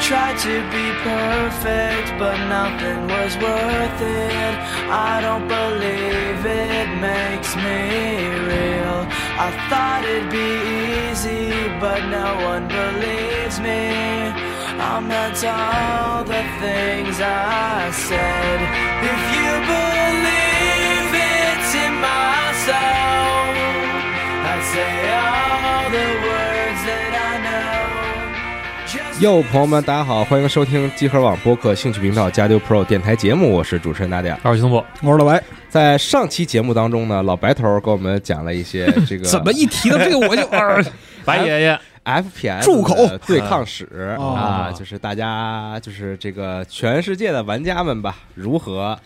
tried to be perfect, but nothing was worth it. I don't believe it makes me real. I thought it'd be easy, but no one believes me. I'm not all the things I said. If you believe it's in my soul, I'd say all the words that I know. Just 哟，朋友们，大家好，欢迎收听集合网播客兴趣频道加丢 Pro 电台节目，我是主持人大家。二位兄弟，我是老白，在上期节目当中呢，老白头给我们讲了一 些这个怎么一提到这个我就啊 白爷爷， FPS 住口的对抗史哦啊，就是大家就是这个全世界的玩家们吧，如何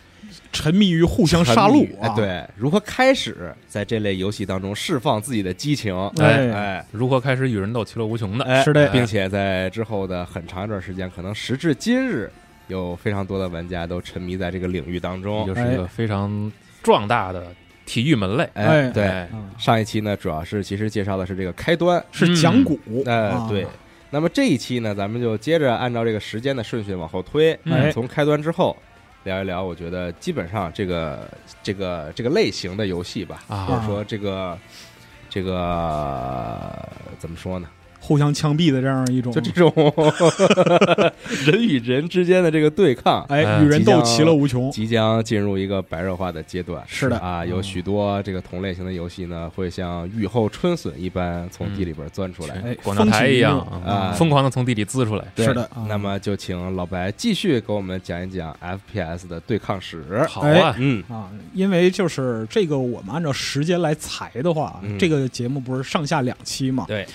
沉迷于互相沉杀迷戮哎啊？，对，如何开始在这类游戏当中释放自己的激情，哎哎。如何开始与人斗，其乐无穷的？哎，呃是的并且在之后的很长一段时间，可能时至今日，有非常多的玩家都沉迷在这个领域当这中就。是一个非常壮大的体育门类。哎，哎哎对，哎啊上一期呢，主要是其实介绍的是这个开端，是讲古，嗯呃啊，对。那么这一期呢，咱们就接着按照这个时间的顺序往后推，哎嗯从开端之后聊一聊。我觉得基本上这个这个这个类型的游戏吧，啊或者说这个这个怎么说呢？互相枪毙的这样一种就，这种 人与人之间的这个对抗，哎，哎与人斗即将其乐无穷，即将进入一个白热化的阶段。是的啊，有许多这个同类型的游戏呢，会像雨后春笋一般从嗯地里边钻出来。全哎广场台一样风起云涌啊啊疯狂的从地里滋出来。对是的啊那么就请老白继续给我们讲一讲 FPS 的对抗史。哎好啊，嗯，啊，因为就是这个，我们按照时间来裁的话，嗯这个节目不是上下两期嘛？对，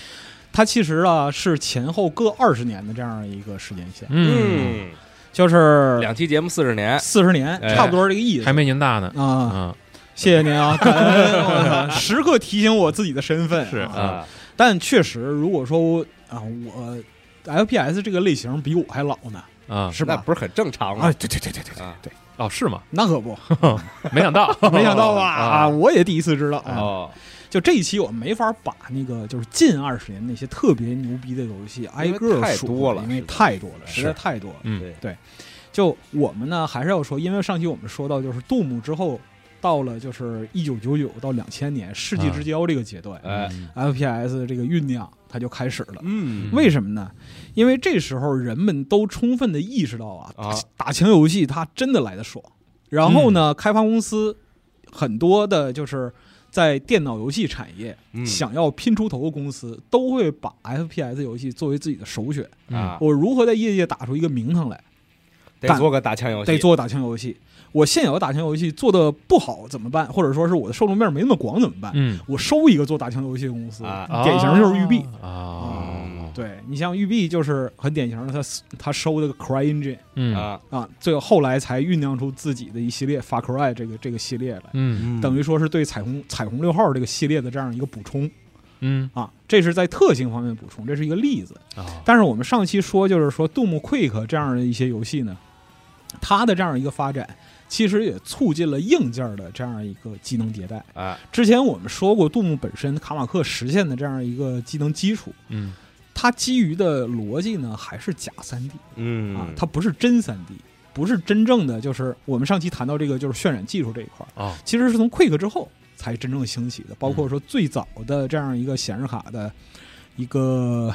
它其实啊是前后各二十年的这样一个时间线，嗯，，就是两期节目四十年，四十年，哎差不多这个意思。还没您大呢。啊，嗯，谢谢您啊，感恩，我操时刻提醒我自己的身份啊。是啊啊，但确实，如果说啊，我 FPS 这个类型比我还老呢，啊，是那吧？不是很正常啊，吗？对对对对对，啊，哦，是吗？那 可不，没想到， 没想到吧？啊，我也第一次知道啊。哦，就这一期我没法把那个就是近二十年那些特别牛逼的游戏挨个太数多了因为是吧太多了，是实在太多了。嗯对，就我们呢，还是要说，因为上期我们说到，就是杜牧之后，到了就是一九九九到两千年世纪之交这个阶段、啊哎， f p s 这个酝酿它就开始了。嗯为什么呢？因为这时候人们都充分的意识到啊，啊打枪游戏它真的来的爽。然后呢，嗯开发公司很多的就是在电脑游戏产业、嗯想要拼出头的公司，都会把 FPS 游戏作为自己的首选。啊，我如何在业界打出一个名堂来？得干做个打枪游戏，得做打枪游戏。我现有的打枪游戏做的不好怎么办？或者说是我的受众面没那么广怎么办？嗯，我收一个做打枪游戏的公司，啊典型就是育碧。嗯啊，对你像育碧就是很典型的，他他收的 CryEngine 嗯啊，啊，最后来才酝酿出自己的一系列 Far Cry 这个这个系列来，嗯等于说是对彩虹彩虹六号这个系列的这样一个补充嗯啊，这是在特性方面的补充，这是一个例子。啊，但是我们上期说，就是说 Doom Quick 这样的一些游戏呢，它的这样一个发展，其实也促进了硬件的这样一个机能迭代。啊，之前我们说过，Doom 本身卡马克实现的这样一个技能基础，嗯它基于的逻辑呢还是假三 D 嗯啊，它不是真三 D，不是真正的就是我们上期谈到这个就是渲染技术这一块儿，哦，嗯其实是从 Quick 之后才真正兴起的，包括说最早的这样一个显示卡的一个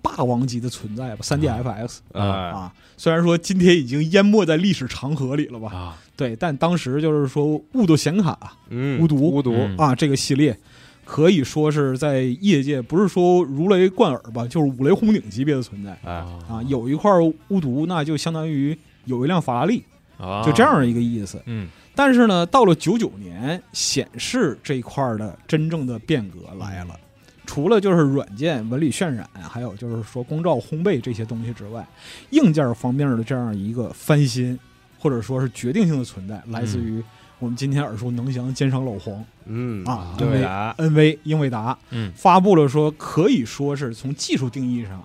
霸王级的存在吧，3 DFX 哎啊，啊，虽然说今天已经淹没在历史长河里了吧，啊，对，但当时就是说雾都显卡。嗯，孤独孤独，嗯啊，这个系列可以说是在业界不是说如雷贯耳吧，就是五雷轰顶级别的存在啊，啊。有一块巫毒，那就相当于有一辆法拉利，啊，就这样，一个意思。嗯但是呢，到了九九年，显示这一块的真正的变革来了。除了就是软件纹理渲染，还有就是说光照烘焙这些东西之外，硬件方面的这样一个翻新，或者说是决定性的存在，来自嗯于我们今天耳熟能详的奸商老黄。嗯啊对啊， NV 英伟达嗯发布了说，可以说是从技术定义上，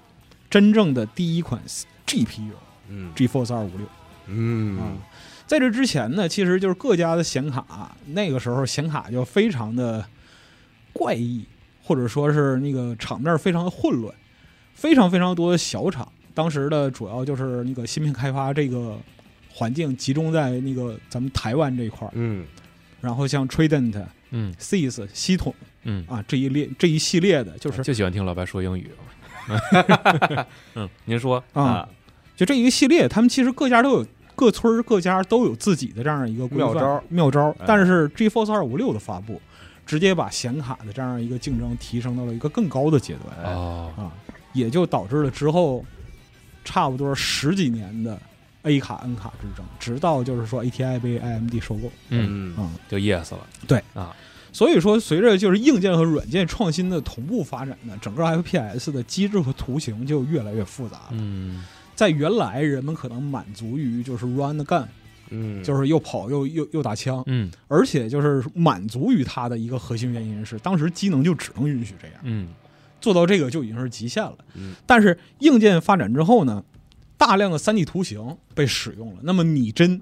真正的第一款 GPU 嗯 GeForce 二五六啊嗯。在这之前呢，其实就是各家的显卡，那个时候显卡就非常的怪异，或者说是那个场面非常的混乱，非常非常多的小厂，当时的主要就是那个芯片开发这个环境集中在那个咱们台湾这一块儿，嗯然后像 Trident、嗯 Cis 系统嗯，啊这一列这一系列的，就是啊就喜欢听老白说英 语。嗯，您说啊、，就这一个系列，他们其实各家都有各村儿各家都有自己的这样一个规范妙招儿妙招儿哎。但是 GeForce 二五六的发布，直接把显卡的这样一个竞争提升到了一个更高的阶段哎哦，啊，也就导致了之后差不多十几年的 A 卡 N 卡之争，直到就是说 ATI 被 AMD 收购嗯，嗯啊。就 yes 了。所以说，随着就是硬件和软件创新的同步发展呢，整个 FPS 的机制和图形就越来越复杂了。嗯在原来，人们可能满足于就是 run the gun，嗯，就是又跑又又又打枪，嗯而且就是满足于它的一个核心原因是，当时机能就只能允许这样，嗯做到这个就已经是极限了。嗯但是硬件发展之后呢，大量的 3D 图形被使用了，那么拟真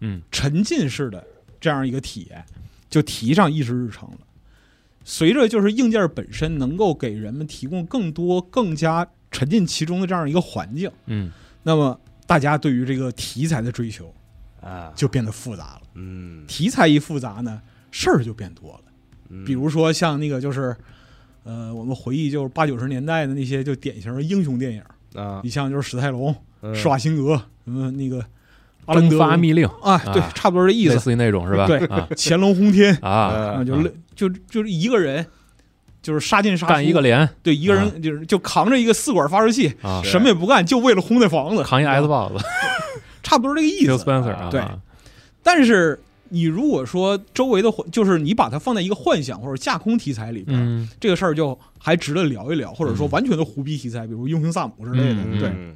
嗯沉浸式的这样一个体验，就提上议事日程了。随着就是硬件本身能够给人们提供更多、更加沉浸其中的这样一个环境，嗯那么大家对于这个题材的追求啊，就变得复杂了。嗯题材一复杂呢，事儿就变多了。嗯比如说像那个就是，呃，我们回忆就是八九十年代的那些就典型的英雄电影，啊你，像就是史泰龙、嗯施瓦辛格，什么那个嗯，阿兰蒸德发密令啊，对啊，差不多这意类思。似于那种是吧？对啊潜龙轰天啊，嗯啊，就类就就是一个人，就是杀进杀出干一个，啊连对，一个人就是就扛着一个四管发射器，啊，是什么也不干，就为了轰那房子，扛一 S 豹子差不多这个意，Phil 思。 Spencer 啊，对但是你如果说周围的环，就是你把它放在一个幻想或者架空题材里边，嗯这个事儿就还值得聊一聊，或者说嗯完全的胡逼题材，比如英雄萨姆之类的。嗯对，嗯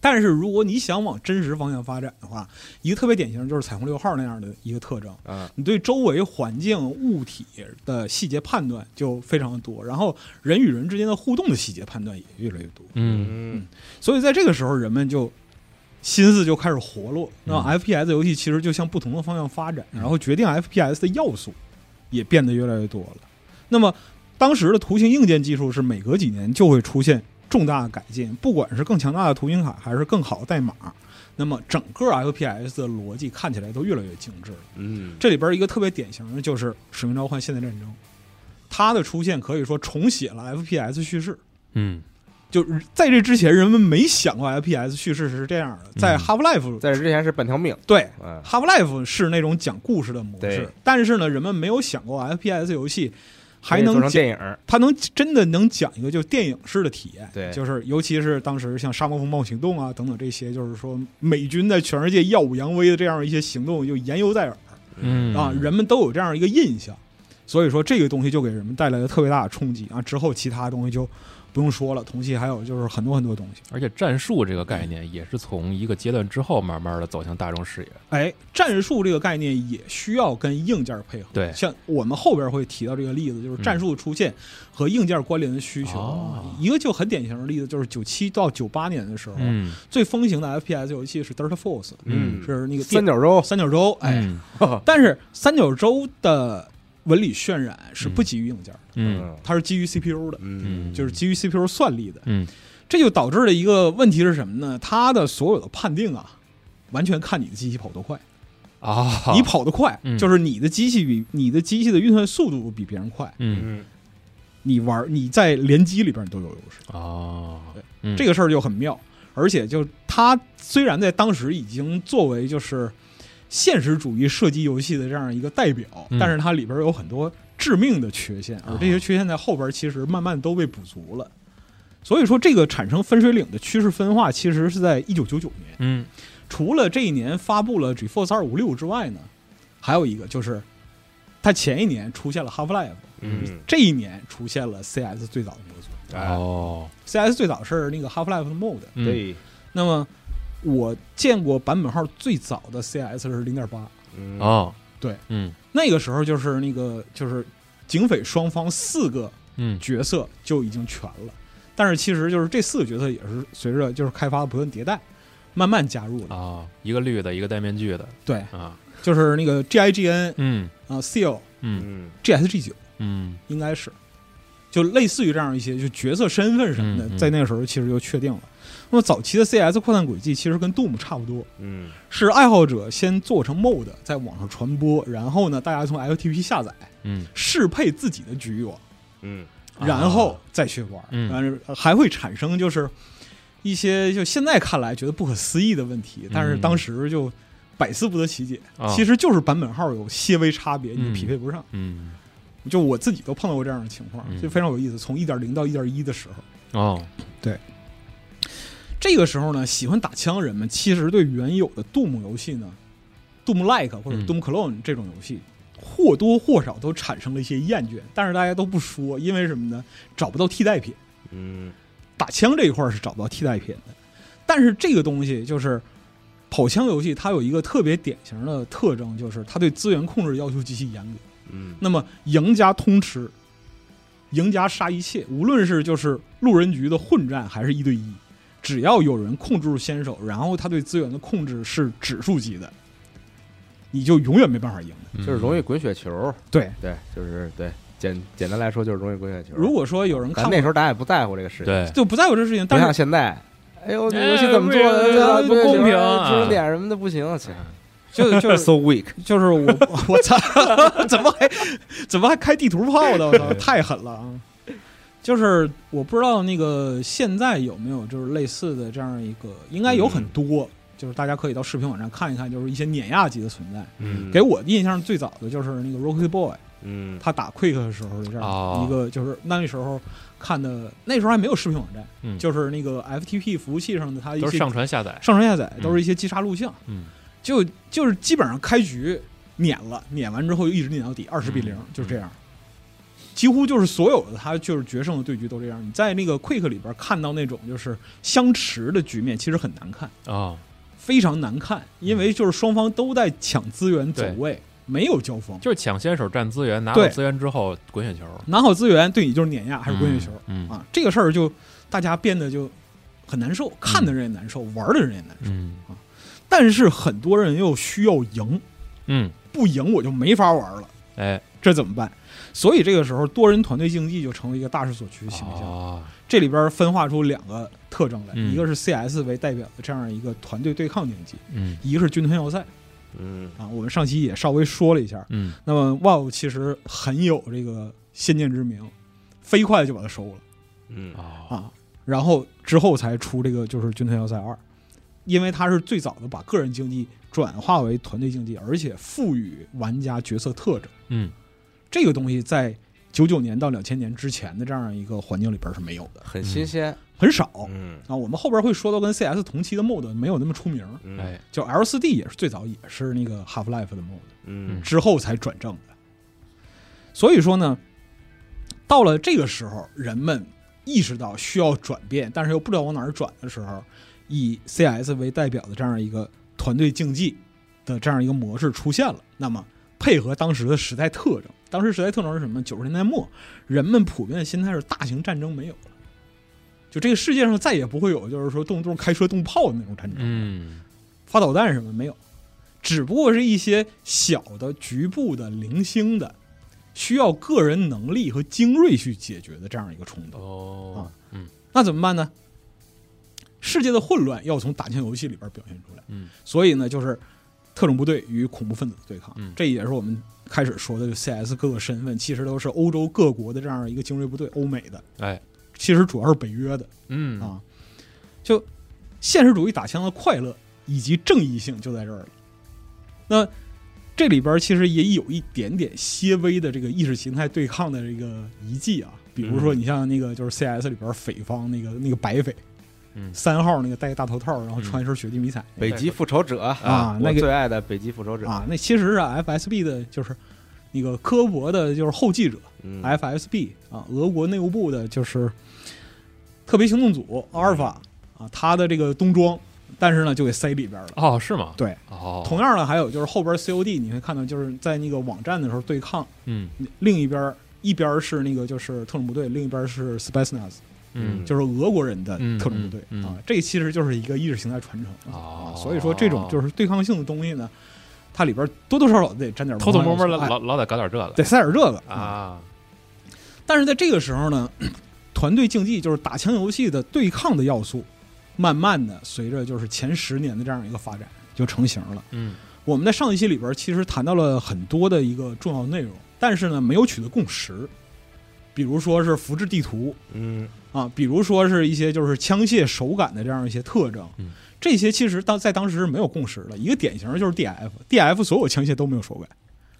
但是如果你想往真实方向发展的话，一个特别典型就是彩虹六号那样的一个特征，啊你对周围环境物体的细节判断就非常多，然后人与人之间的互动的细节判断也越来越多，嗯嗯所以在这个时候，人们就。心思就开始活络，那嗯 FPS 游戏其实就向不同的方向发展，然后决定 FPS 的要素也变得越来越多了。那么当时的图形硬件技术是每隔几年就会出现重大的改进，不管是更强大的图形卡还是更好的代码，那么整个 FPS 的逻辑看起来都越来越精致了。嗯，这里边一个特别典型的就是《使命召唤：现代战争》，它的出现可以说重写了 FPS 叙事。嗯就是在这之前，人们没想过 FPS 叙事是这样的。在嗯 Half Life，、在这之前是半条命，对嗯 Half Life 是那种讲故事的模式对，但是呢，人们没有想过 FPS 游戏还可以做成能讲电影，他能真的能讲一个就是电影式的体验，对就是尤其是当时像沙漠风暴行动啊等等这些，就是说美军在全世界耀武扬威的这样一些行动就言犹在耳、嗯啊，人们都有这样一个印象，所以说这个东西就给人们带来了特别大的冲击啊。之后其他东西就不用说了，同期还有就是很多很多东西，而且战术这个概念也是从一个阶段之后慢慢的走向大众视野。哎，战术这个概念也需要跟硬件配合。对像我们后边会提到这个例子，就是战术的出现和硬件关联的需求。哦一个就很典型的例子，就是九七到九八年的时候，嗯最风行的 FPS 游戏是 Dirt Force，嗯是那个三角角洲，三角洲。哎，嗯但是三角洲的文理渲染是不基于硬件的，嗯它是基于 CPU 的，嗯就是基于 CPU 算力的。嗯这就导致了一个问题是什么呢？它的所有的判定啊，完全看你的机器跑多快。啊，你跑得快，嗯就是你的机器比你的机器的运算速度比别人快，嗯嗯你玩你在联机里边都有优势，哦，这个个事儿就很妙。而且就它虽然在当时已经作为就是现实主义射击游戏的这样一个代表，嗯啊但是它里边有很多致命的缺陷，而这些缺陷在后边其实慢慢都被补足了。所以说，这个产生分水岭的趋势分化，其实是在一九九九年。嗯除了这一年发布了 GeForce 二五六之外呢，还有一个就是，它前一年出现了 Half Life，嗯这一年出现了 CS 最早的模组。哎哦， CS 最早是那个 Half Life 的 mod，嗯对，那么我见过版本号最早的 CS 是零点八，嗯哦，对，嗯那个时候就是那个就是警匪双方四个嗯角色就已经全了，但是其实就是这四个角色也是随着就是开发不断迭代，慢慢加入了。啊，一个绿的，一个戴面具的对，啊，就是那个 GIGN 嗯呃啊、Seal 嗯嗯 GSG 九。嗯应该是。就类似于这样一些就角色身份什么的嗯，嗯在那个时候其实就确定了。那么早期的 CS 扩散轨迹其实跟 Doom 差不多，嗯是爱好者先做成 mod，在网上传播，然后呢，大家从 LTP 下载，嗯适配自己的局域网，嗯啊然后再去玩，嗯然后还会产生就是一些就现在看来觉得不可思议的问题，但是当时就百思不得其解。嗯啊其实就是版本号有些微差别，嗯你匹配不上。嗯就我自己都碰到过这样的情况，嗯就非常有意思。从一点零到一点一的时候，哦这个时候呢，喜欢打枪人们其实对原有的 Doom 游戏呢，Doom Like 或者嗯 Doom Clone 这种游戏。或多或少都产生了一些厌倦，但是大家都不说，因为什么呢？找不到替代品。嗯打枪这一块儿是找不到替代品的。但是这个东西就是跑枪游戏，它有一个特别典型的特征，就是它对资源控制要求极其严格。嗯那么赢家通吃，赢家杀一切，无论是就是路人局的混战，还是一对一，只要有人控制住先手，然后他对资源的控制是指数级的，你就永远没办法赢的。就是容易滚雪球，对，对，就是对，简简单来说就是容易滚雪球。如果说有人咱看那过时候大家也不在乎这个事情，对就不在乎这事情，不但像是现在，哎呦，这哎游戏怎么做为的了这不公平啊知识点什么的不行，切就 就是 so weak。就是我， 我操，怎么还怎么还开地图炮的？我操，太狠了啊！ 就是我不知道那个现在有没有就是类似的这样一个，应该有很多，就是大家可以到视频网站看一看，就是一些碾压级的存在。嗯，给我印象最早的就是那个 Rocky Boy，嗯他打 Quick 的时候的这哦样一个，就是那时候看的，那时候还没有视频网站，嗯就是那个 FTP 服务器上的他一都是些上传下载，上传下载都是一些击杀录像。嗯就就是基本上开局撵了，撵完之后一直撵到底，二十比零、嗯就是这样。几乎就是所有的他就是决胜的对局都这样。你在那个 Quick 里边看到那种就是相持的局面，其实很难看，啊非常难看，因嗯为就是双方都在抢资源走位，没有交锋，就是抢先手占资源，拿对到资源之后滚雪球，拿好资源对你就是碾压还是滚雪球、嗯啊，这个事儿就大家变得就很难受，看的人也难受，玩的人也难受。嗯但是很多人又需要赢，嗯，不赢我就没法玩了。哎，这怎么办？所以这个时候，多人团队竞技就成为一个大势所趋的形象。哦这里边分化出两个特征来，嗯一个是 CS 为代表的这样一个团队对抗竞技，嗯一个是军团要塞嗯啊。我们上期也稍微说了一下。嗯那么 WoW 其实很有这个先见之明，飞快就把它收了嗯哦啊。然后之后才出这个就是军团要塞二，因为它是最早的把个人竞技转化为团队竞技，而且赋予玩家角色特征。嗯这个东西在九九年到两千年之前的这样一个环境里边是没有的，很新鲜。很少嗯啊。我们后边会说到跟 CS 同期的 MOD 没有那么出名，嗯哎就 L 4 D 也是最早也是那个 Half Life 的 MOD，嗯之后才转正的。所以说呢，到了这个时候，人们意识到需要转变，但是又不知道往哪儿转的时候，以 CS 为代表的这样一个团队竞技的这样一个模式出现了。那么，配合当时的时代特征，当时时代特征是什么？九十年代末，人们普遍的心态是大型战争没有了，就这个世界上再也不会有就是说动不动开车动炮的那种战争，嗯发导弹什么没有，只不过是一些小的、局部的、零星的，需要个人能力和精锐去解决的这样一个冲突。啊哦嗯那怎么办呢？世界的混乱要从打枪游戏里边表现出来，嗯所以呢，就是特种部队与恐怖分子的对抗，嗯这也是我们开始说的，就 CS 各个身份其实都是欧洲各国的这样一个精锐部队，欧美的，哎其实主要是北约的嗯啊。就现实主义打枪的快乐以及正义性就在这儿了。那这里边其实也有一点点些微的这个意识形态对抗的这个遗迹啊，比如说嗯你像那个就是 CS 里边匪方那个那个白匪嗯三号那个戴大头套，然后穿一身雪地迷彩那个北极复仇者啊那我个最嗯爱的北极复仇者啊，那其实是 FSB 的就是那个科博的就是后继者，嗯 FSB 啊，俄国内务部的就是特别行动组阿尔法嗯啊，它的这个冬装，但是呢就给塞里边了。哦是吗？对，哦同样呢，还有就是后边 COD，你会看到就是在那个网站的时候对抗，嗯另一边儿一边儿是那个就是特种部队，另一边儿是 s p a c e n a s 嗯就是俄国人的嗯特种部队、嗯嗯啊，这其实就是一个意识形态传承啊哦，所以说这种就是对抗性的东西呢，它里边多多少少得沾点偷偷摸摸啊的的老老得搞点这个得塞点这个啊啊但是在这个时候呢，团队竞技就是打枪游戏的对抗的要素，慢慢的随着就是前十年的这样一个发展就成型了。嗯我们在上一期里边其实谈到了很多的一个重要内容，但是呢没有取得共识，比如说是福制地图嗯啊，比如说是一些就是枪械手感的这样一些特征，嗯这些其实当在当时是没有共识的。一个典型就是 DF，DF 所有枪械都没有手感，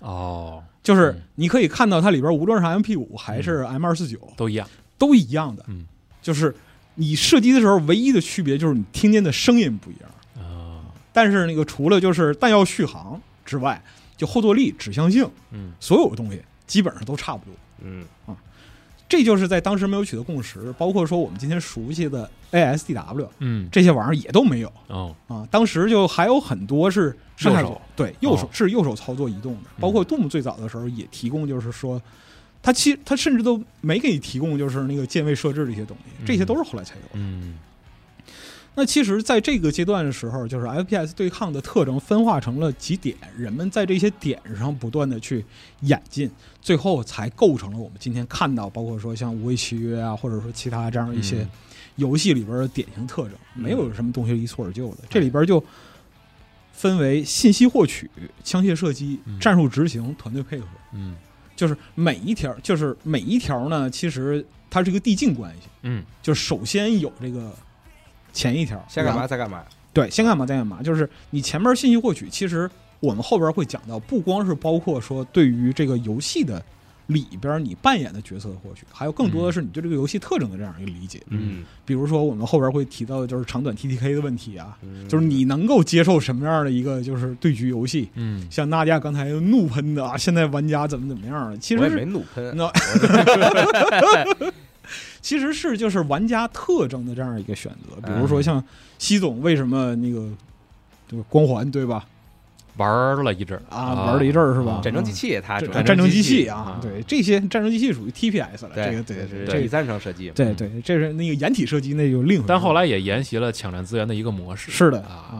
哦，就是嗯你可以看到它里边无论是 MP 五还是 M 二四九都一样，都一样的，嗯就是你射击的时候唯一的区别就是你听见的声音不一样。啊，但是那个除了就是弹药续航之外，就后坐力、指向性，嗯所有东西基本上都差不多。嗯这就是在当时没有取得共识，包括说我们今天熟悉的 ASDW 嗯这些玩意儿也都没有哦啊。当时就还有很多是上下右手对右手、哦嗯是右手操作移动的，包括 Doom 最早的时候也提供，就是说它其它甚至都没给你提供就是那个键位设置这些东西，嗯这些都是后来才有的。嗯那其实，在这个阶段的时候，就是 FPS 对抗的特征分化成了几点，人们在这些点上不断的去演进，最后才构成了我们今天看到，包括说像《无畏契约》啊，或者说其他这样一些嗯游戏里边的典型特征，嗯没有什么东西一蹴而就的。这里边就分为信息获取、枪械射击、嗯战术执行、团队配合，嗯就是每一条，就是每一条呢，其实它是一个递进关系，嗯就是首先有这个前一条，先干然后嘛再干嘛，对，先干嘛再干嘛，就是你前面信息获取，其实我们后边会讲到，不光是包括说对于这个游戏的里边你扮演的角色的获取，还有更多的是你对这个游戏特征的这样一个理解。嗯，比如说我们后边会提到的就是长短 TTK 的问题啊，嗯就是你能够接受什么样的一个就是对局游戏，嗯像娜迪亚刚才怒喷的啊，现在玩家怎么怎么样了，其我实也没是怒喷，那其实是就是玩家特征的这样一个选择，比嗯如说像西总为什么那个这个光环对吧？玩儿了一阵儿啊，玩了一阵儿是吧？嗯战争机器也他这主要战战争争机机器器啊啊，对这些战争机器属于 TPS 了，这个对对这第个三人称射击嘛，对对，这是那个掩体射击那就另一回事儿。但后来也沿袭了抢占资源的一个模式。是的啊，啊，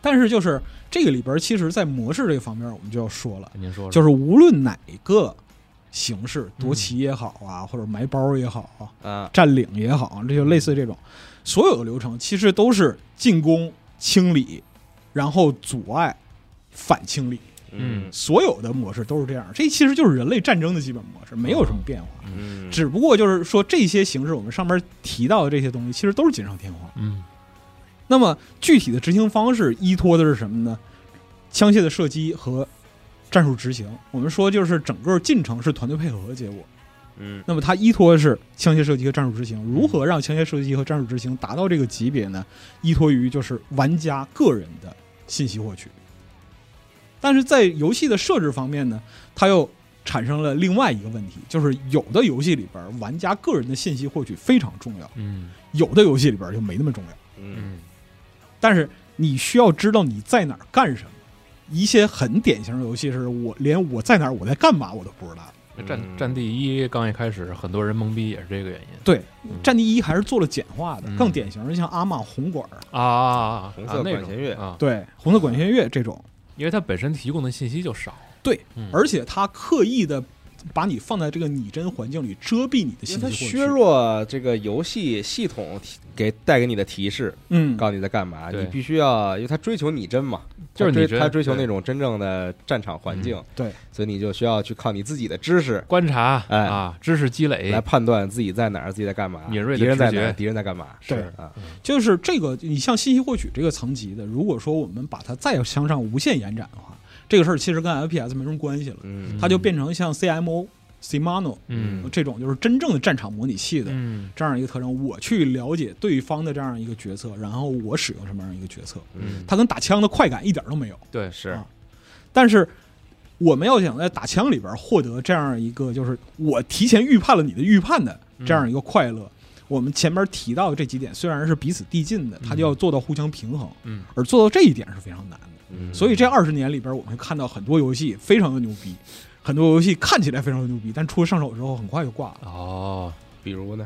但是就是这个里边，其实在模式这方面我们就要说了，您说说就是无论哪个形式，夺旗也好啊，或者埋包也好啊，啊，占领也好，这就类似这种，所有的流程其实都是进攻、清理，然后阻碍、反清理，嗯所有的模式都是这样。这其实就是人类战争的基本模式，没有什么变化。嗯，只不过就是说，这些形式我们上面提到的这些东西，其实都是锦上添花。嗯那么具体的执行方式依托的是什么呢？枪械的射击和战术执行。我们说就是整个进程是团队配合的结果。嗯那么它依托的是枪械射击和战术执行。如何让枪械射击和战术执行达到这个级别呢？依托于就是玩家个人的信息获取。但是在游戏的设置方面呢，它又产生了另外一个问题，就是有的游戏里边玩家个人的信息获取非常重要，嗯有的游戏里边就没那么重要。嗯嗯但是你需要知道你在哪儿干什么。一些很典型的游戏是我连我在哪儿我在干嘛我都不知道。那战战地一刚一开始，很多人懵逼也是这个原因对，嗯战地一还是做了简化的，嗯更典型的像阿玛红管儿，啊啊啊啊红色那管种弦乐啊，对，红色管弦乐这种，因为它本身提供的信息就少。对，嗯而且它刻意的把你放在这个拟真环境里，遮蔽你的因信为息它削获取。弱这个游戏系统提给带给你的提示，嗯，告诉你在干嘛，对你必须要，因为他追求拟真嘛，就他是追拟真他追求对嗯那种真正的战场环境，对，所以你就需要去靠你自己的知识观察哎啊，知识积累来判断自己在哪儿，自己在干嘛，敏锐的敌人在直哪儿，觉敌人在干嘛，对是啊，就是这个，你像信息获取这个层级的，如果说我们把它再向上无限延展的话，这个事儿其实跟 FPS 没什么关系了，嗯它就变成像 CMO、Simano 嗯这种就是真正的战场模拟器的嗯这样一个特征，我去了解对方的这样一个决策，然后我使用什么样一个决策，嗯，它跟打枪的快感一点都没有。对是啊但是我们要想在打枪里边获得这样一个就是我提前预判了你的预判的这样一个快乐，我们前面提到的这几点虽然是彼此递进的，它就要做到互相平衡，嗯而做到这一点是非常难的。嗯所以这二十年里边，我们看到很多游戏非常的牛逼，很多游戏看起来非常的牛逼，但出了上手之后很快就挂了。哦，比如呢，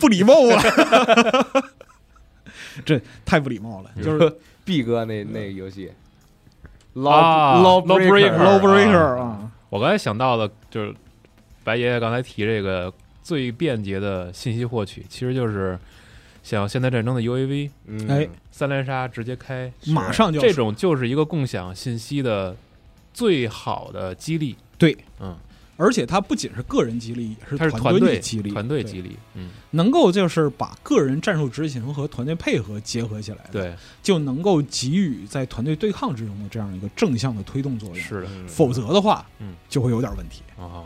不礼貌啊！ 这太不礼貌了，比就如是说 B 哥那那个游戏啊 Law Lawbreaker Breaker low breaker 啊啊，我刚才想到的就是白爷爷刚才提这个最便捷的信息获取，其实就是像现代战争的 UAV 嗯哎三连杀直接开，马上就要这种就是一个共享信息的最好的激励。对，嗯，而且它不仅是个人激励，也是它是团队队激励，团队对激励，嗯，能够就是把个人战术执行和团队配合结合起来，，对，就能够给予在团队对抗之中的这样一个正向的推动作用。，是的，否则的话，嗯，就会有点问题。哦，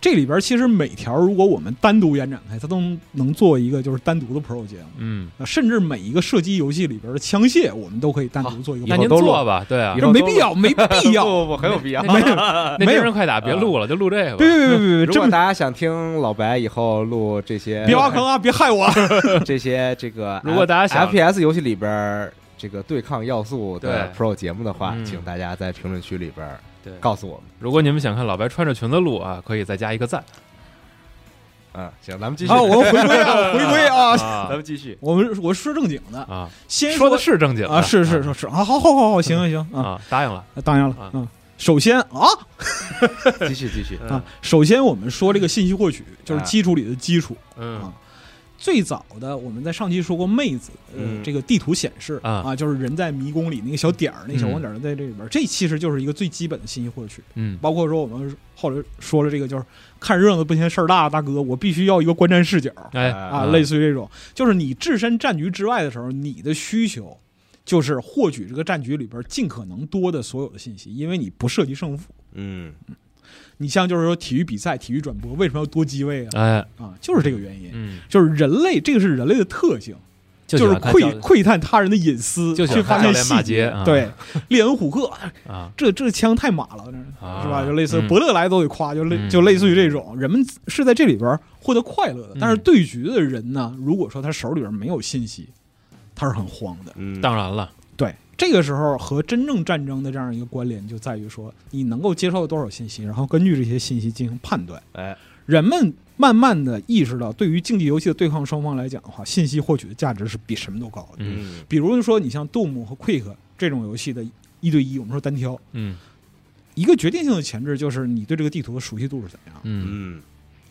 这里边其实每条如果我们单独延展开，它都能做一个就是单独的 Pro 节目。嗯，呃甚至每一个射击游戏里边的枪械，我们都可以单独做一个以那后报您告。都录做吧，对啊以，后没都必要，没必 要。不不不，很有必要。那那 那没有啊真人快打别录了，就录这个吧。别别别别别，如果真大家想听老白以后录这些，别挖坑啊！别害我。 这些这个 F, 如果大家想 FPS 游戏里边儿这个对抗要素的对 Pro 节目的话，嗯请大家在评论区里边儿对告诉我们。如果你们想看老白穿着裙子录啊，可以再加一个赞嗯，行，咱们继续， 啊，我们回归啊，回归啊！咱啊们继续。我们我说正经的，啊！先说的是正经啊，是是是是啊，好好好好，行行行啊，啊，答应了啊当然了啊，嗯，首先啊继续继续，嗯啊，首先我们说这个信息获取就是基础里的基础。嗯最早的我们在上期说过妹子，呃，嗯这个地图显示啊啊，就是人在迷宫里那个小点儿，那小嗯光点儿在这里边儿，这其实就是一个最基本的信息获取。嗯包括说我们后来说了这个，就是看热闹不嫌事儿大，大哥，我必须要一个观战视角哎啊，啊类似于这种，就是你置身战局之外的时候，你的需求就是获取这个战局里边尽可能多的所有的信息，因为你不涉及胜负。嗯，你像就是说体育比赛、体育转播，为什么要多机位啊？哎啊，就是这个原因，嗯，就是人类这个是人类的特性，就就是喜欢看教窥窥探他人的隐私，就喜去欢看发教现练细骂街节啊。对，列恩虎克啊，这这枪太马了，这啊是吧？就类似嗯伯乐来都得夸，就类嗯就类似于这种，人们是在这里边儿获得快乐的。嗯但是对局的人呢，如果说他手里边没有信息，他是很慌的。嗯当然了，对，这个时候和真正战争的这样一个关联就在于说，你能够接受到多少信息，然后根据这些信息进行判断。哎，人们慢慢的意识到，对于竞技游戏的对抗双方来讲的话，信息获取的价值是比什么都高的。嗯嗯比如说，你像 Doom 和 Quick 这种游戏的一对一，我们说单挑，嗯一个决定性的前置就是你对这个地图的熟悉度是怎么样，嗯，嗯，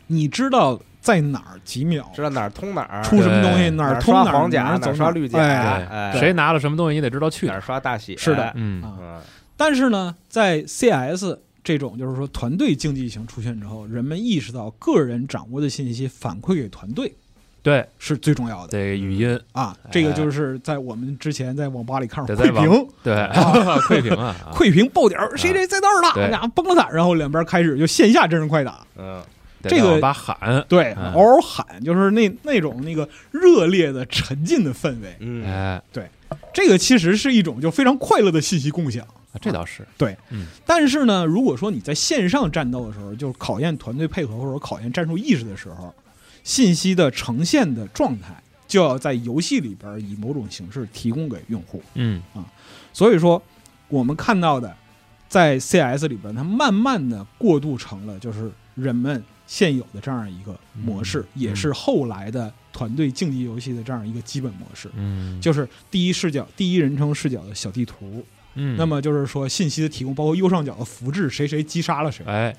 你知道在哪儿几秒知道哪儿通哪儿，出什么东西，对哪哪儿儿通刷哪儿黄哪甲，儿哪走儿刷绿甲，哎哎，谁拿了什么东西，你得知道去哪哪儿儿。刷大血，是的嗯啊。嗯但是呢，在 CS 这种就是说团队竞技型出现之后，人们意识到个人掌握的信息反馈给团队对，是最重要的得语音，啊哎。这个就是在我们之前在网吧里看得在窥网屏，对，窥屏啊， 啊窥屏爆点儿，谁谁在那儿了，对哎呀崩了他，然后两边开始就线下真人快打。嗯，得这个在网吧喊，对，嗯嗷嗷喊，就是那那种那个热烈的沉浸的氛围，嗯，哎，这个其实是一种就非常快乐的信息共享。这倒是，但是呢，如果说你在线上战斗的时候，就是考验团队配合或者考验战术意识的时候，信息的呈现的状态就要在游戏里边以某种形式提供给用户。嗯所以说，我们看到的在 CS 里边，它慢慢的过渡成了就是人们现有的这样一个模式，嗯也是后来的团队竞技游戏的这样一个基本模式，嗯，就是第一视角、第一人称视角的小地图。嗯，那么就是说，信息的提供，包括右上角的福祉，谁谁击杀了谁，哎，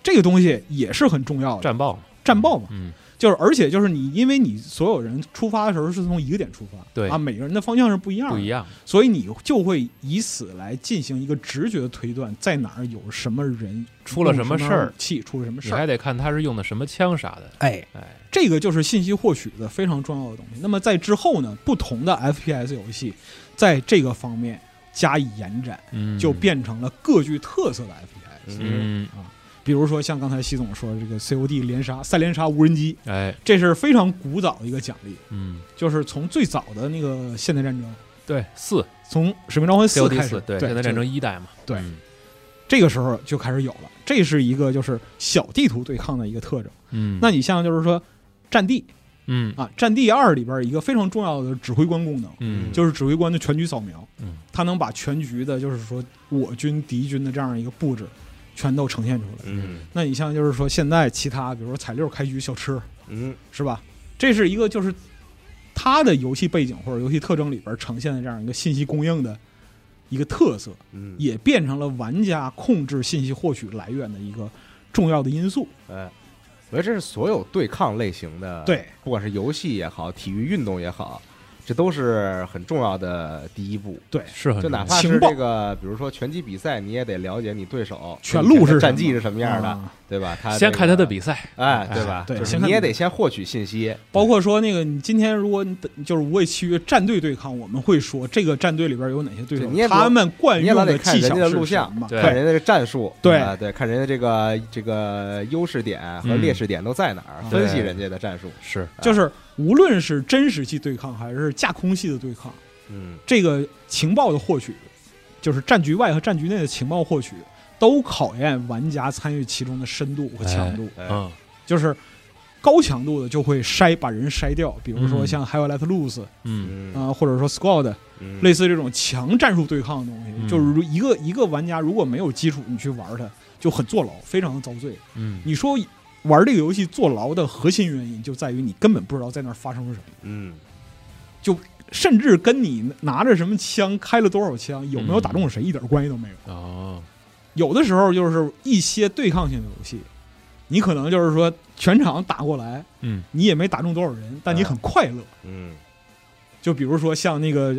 这个东西也是很重要的。战报，战报嘛，嗯，就是而且就是你，因为你所有人出发的时候是从一个点出发，对啊，每个人的方向是不一样的，不一样，所以你就会以此来进行一个直觉的推断，在哪儿有什么人出了什么用事儿武器出了什么你事还儿。得看他是用的什么枪啥的，哎，哎，这个就是信息获取的非常重要的东西。那么在之后呢，不同的 FPS 游戏在这个方面加以延展，嗯，就，变成了各具特色的 FPS。嗯嗯，比如说像刚才习总说的这个 COD 连杀、三连杀无人机，哎，这是非常古早的一个奖励，嗯，就是从最早的那个现代战争，对，四从《使命召唤四 COD 开四，始，对，对现代战争一代嘛，对嗯这个时候就开始有了，这是一个就是小地图对抗的一个特征。嗯，那你像就是说《战地嗯》啊，《战地二》里边一个非常重要的指挥官功能，嗯，就是指挥官的全局扫描嗯，它能把全局的，就是说我军、敌军的这样一个布置，全都呈现出来。嗯那你像就是说现在其他，比如说彩六开局小吃嗯是吧？这是一个就是它的游戏背景或者游戏特征里边呈现的这样一个信息供应的一个特色。嗯，也变成了玩家控制信息获取来源的一个重要的因素。哎，我觉得这是所有对抗类型的，对，不管是游戏也好，体育运动也好，这都是很重要的第一步。对，是很就重哪要怕是情报这个，比如说拳击比赛，你也得了解你对手全路是什么战绩是什么样的，啊对吧？他这先看他的个，比赛，哎，对吧？对就是先看你也得先获取信息，包括说那个，你今天如果你就是《无畏契约》战队对抗，我们会说这个战队里边有哪些对手对你也，不他们惯你也用老得看技人巧家的是录什像么？对看人家的战术，对啊对，看人家这个这个优势点和嗯劣势点都在哪儿，啊分析对人家的战术。是就是无论是真实系对抗还是架空系的对抗，嗯，这个情报的获取，就是战局外和战局内的情报获取，都考验玩家参与其中的深度和强度。哎嗯，就是高强度的就会筛把人筛掉，比如说嗯像 High Let Loose 啊、嗯嗯或者说 Squad 嗯类似这种强战术对抗的东西，嗯就是如一个一个玩家如果没有基础，你去玩它就很坐牢，非常的遭罪。嗯，你说玩这个游戏坐牢的核心原因就在于你根本不知道在那儿发生了什么。嗯，甚至跟你拿着什么枪、开了多少枪、有没有打中谁一点关系都没有。哦，有的时候就是一些对抗性的游戏，你可能就是说全场打过来，嗯，你也没打中多少人，但啊你很快乐。嗯，就比如说像那个，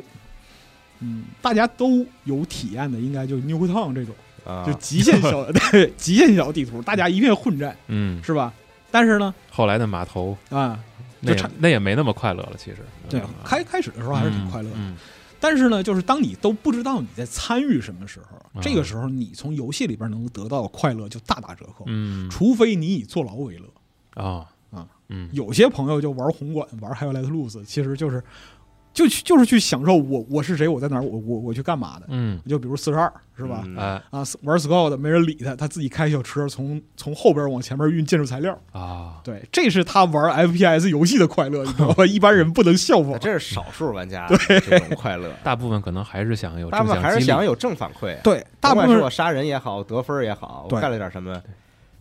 嗯，大家都有体验的，应该就 New Town 这种，啊，就极限 小、对极限小地图，大家一片混战，嗯，是吧？但是呢，后来的码头啊，那就差也那也没那么快乐了，其实对嗯，开开始的时候还是挺快乐的。嗯但是呢，就是当你都不知道你在参与什么时候，嗯这个时候你从游戏里边能得到的快乐就大打折扣，嗯除非你以坐牢为乐。啊啊嗯有些朋友就玩红馆，玩 High Light Lose，其实就是就去就是去享受我我是谁，我在哪儿，我我我去干嘛的。嗯就比如四十二是吧？嗯哎啊，玩 Scout 的没人理他，他自己开小车从从后边往前面运建筑材料。啊，对，这是他玩 FPS 游戏的快乐，你知道吧？ 一般人不能效仿。这是少数玩家这种快乐大部分可能还是想有他正们还向是激励想，有正反馈。啊对，大甭部管分是我杀人也好，得分也好，对我干了点什么，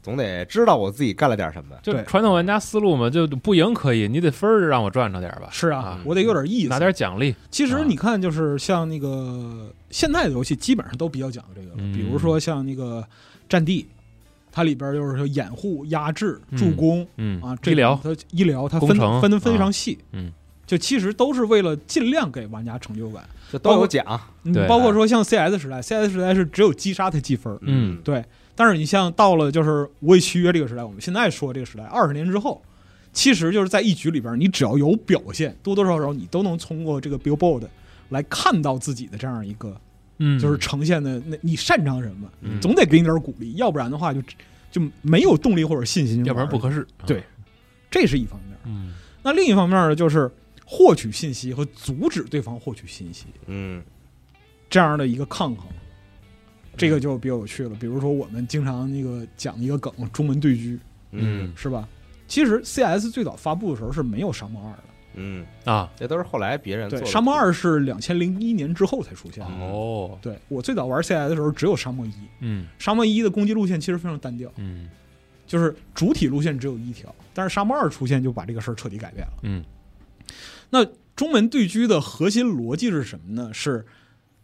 总得知道我自己干了点什么。就对传统玩家思路嘛，就不赢可以，你得分儿让我赚着点儿吧，是啊啊，我得有点意思，拿点啊奖励，其实你看，就是像那个现在的游戏，基本上都比较讲究这个了。嗯比如说像那个《战地》，它里边就是说掩护、压制、嗯助攻、嗯啊，这医疗，它医疗，它工分程分的非啊常细。嗯，就其实都是为了尽量给玩家成就感。这包都括有奖，嗯对哎包括说像 CS 时代，CS 时代是只有击杀才积分。嗯对，但是你像到了就是无畏契约这个时代，我们现在说这个时代，二十年之后，其实就是在一局里边，你只要有表现，多多少少你都能通过这个 Billboard 来看到自己的这样一个嗯，就是呈现的那你擅长什么，嗯总得给你点鼓励，要不然的话就就没有动力或者信心，要不然不，合适，对这是一方面。嗯那另一方面呢，就是获取信息和阻止对方获取信息嗯这样的一个抗衡。这个就比较有趣了，比如说我们经常那个讲一个梗，中文对狙，嗯是吧？其实 CS 最早发布的时候是没有《沙漠二》的，嗯，啊这都是后来别人做啊对，的《沙漠二》是两千零一年之后才出现的。哦对我最早玩 CS 的时候只有《沙漠一》，《嗯沙漠一》的攻击路线其实非常单调，嗯就是主体路线只有一条，但是《沙漠二》出现就把这个事儿彻底改变了。嗯那中门对狙的核心逻辑是什么呢？是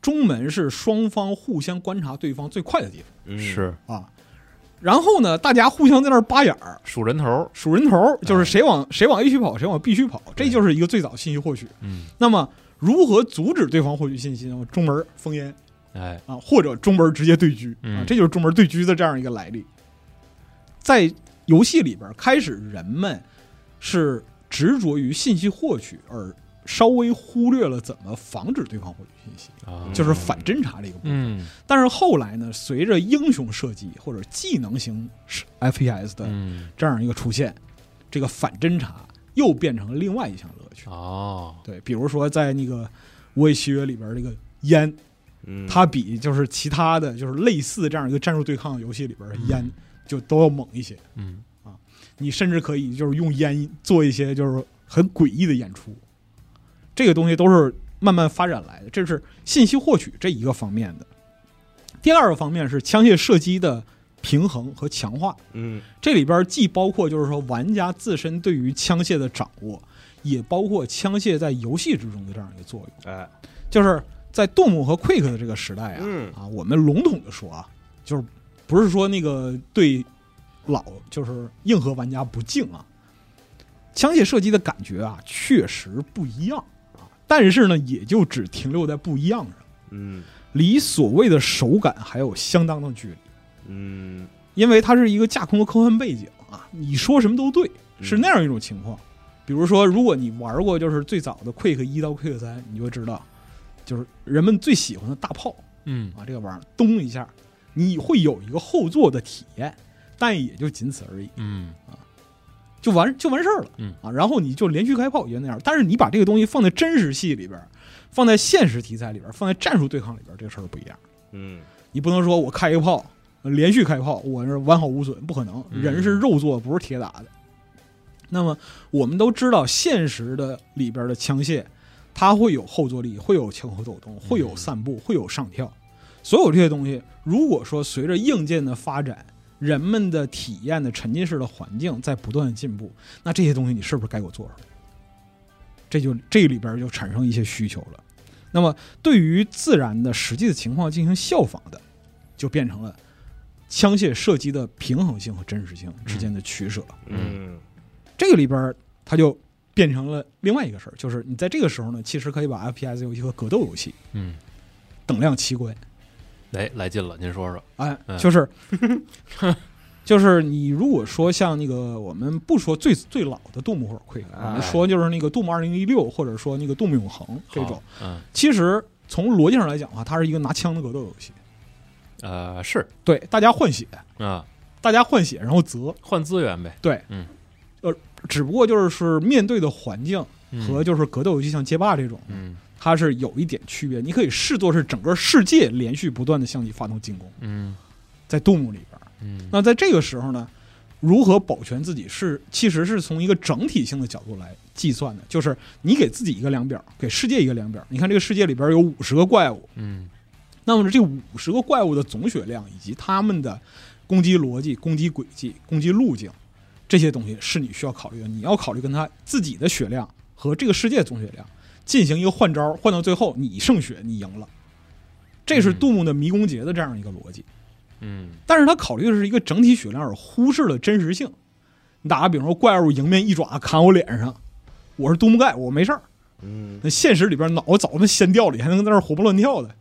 中门是双方互相观察对方最快的地嗯是方啊，然后呢，大家互相在那儿扒眼儿。数人头儿，数人头儿，就是谁往、谁往 A 区跑，谁往 B 区跑，嗯这对就是一个最早信息获取。嗯那么如何阻止对方获取信息呢？中门封烟哎啊，或者中门直接对狙啊嗯，这就是中门对狙的这样一个来历。在游戏里边，开始人们是执着于信息获取，而稍微忽略了怎么防止对方获取信息，啊就是反侦查这个部分。嗯但是后来呢，随着英雄射击或者技能型 FPS 的嗯这样一个出现，这个反侦查又变成了另外一项乐趣。哦对，比如说在那个《无畏契约》里边，这个烟，嗯它比就是其他的就是类似这样一个战术对抗游戏里边的烟就都要猛一些。嗯你甚至可以就是用烟做一些就是很诡异的演出，这个东西都是慢慢发展来的。这是信息获取这一个方面的。第二个方面是枪械射击的平衡和强化。嗯这里边既包括就是说玩家自身对于枪械的掌握，也包括枪械在游戏之中的这样一个作用。哎就是在 Doom 和 Quick 的这个时代啊，嗯啊，我们笼统的说啊，就是不是说那个对老就是硬核玩家不敬啊，枪械射击的感觉啊，确实不一样啊，但是呢，也就只停留在不一样上，嗯离所谓的手感还有相当的距离，嗯，因为它是一个架空的科幻背景啊，你说什么都对，嗯是那样一种情况。比如说，如果你玩过就是最早的 Quick 一到 Quick 三，你就会知道，就是人们最喜欢的大炮。嗯啊，这个玩意儿咚一下，你会有一个后座的体验，但也就仅此而已，嗯就完就完事儿了。嗯啊，然后你就连续开炮也就那样，但是你把这个东西放在真实戏里边儿，放在现实题材里边儿，放在战术对抗里边儿，这个事儿不一样。嗯你不能说我开一个炮，呃连续开炮，我是完好无损，不可能。嗯人是肉做，不是铁打的。那么我们都知道，现实的里边的枪械，它会有后坐力，会有前后抖动，会有散步，会有上跳，所有这些东西。如果说随着硬件的发展，人们的体验的沉浸式的环境在不断的进步，那这些东西你是不是该给我做出来？这就这里边就产生一些需求了。那么对于自然的实际的情况进行效仿的，就变成了枪械射击的平衡性和真实性之间的取舍。嗯这个里边儿它就变成了另外一个事儿，就是你在这个时候呢，其实可以把 FPS 游戏和格斗游戏嗯，等量齐观。哎，来劲了，您说说，哎嗯，就是 就是你如果说像那个我们不说最最老的杜牧或者 Quick，我啊哎们说就是那个杜牧二零一六或者说那个杜牧永恒这种好，，嗯其实从逻辑上来讲的话，它是一个拿枪的格斗游戏。呃是对，大家换血，啊，大家换血，然后择。换资源呗，对，嗯，呃，只不过就是是面对的环境嗯和就是格斗游戏像街霸这种，嗯它是有一点区别。你可以视作是整个世界连续不断的向你发动进攻，嗯在杜牧里边儿。嗯那在这个时候呢，如何保全自己是其实是从一个整体性的角度来计算的，就是你给自己一个量表，给世界一个量表。你看这个世界里边有五十个怪物，嗯那么这五十个怪物的总血量以及它们的攻击逻辑、攻击轨迹、攻击路径，这些东西是你需要考虑的。你要考虑跟它自己的血量和这个世界总血量进行一个换招，换到最后你胜血，你赢了。这是嗯杜牧的迷宫劫的这样一个逻辑，嗯但是他考虑的是一个整体血量，而忽视了真实性。你打个比方说，怪物迎面一爪砍我脸上，我是杜牧盖，我没事儿。嗯，那现实里边脑子早他妈掀掉了，你还能在那儿活蹦乱跳的？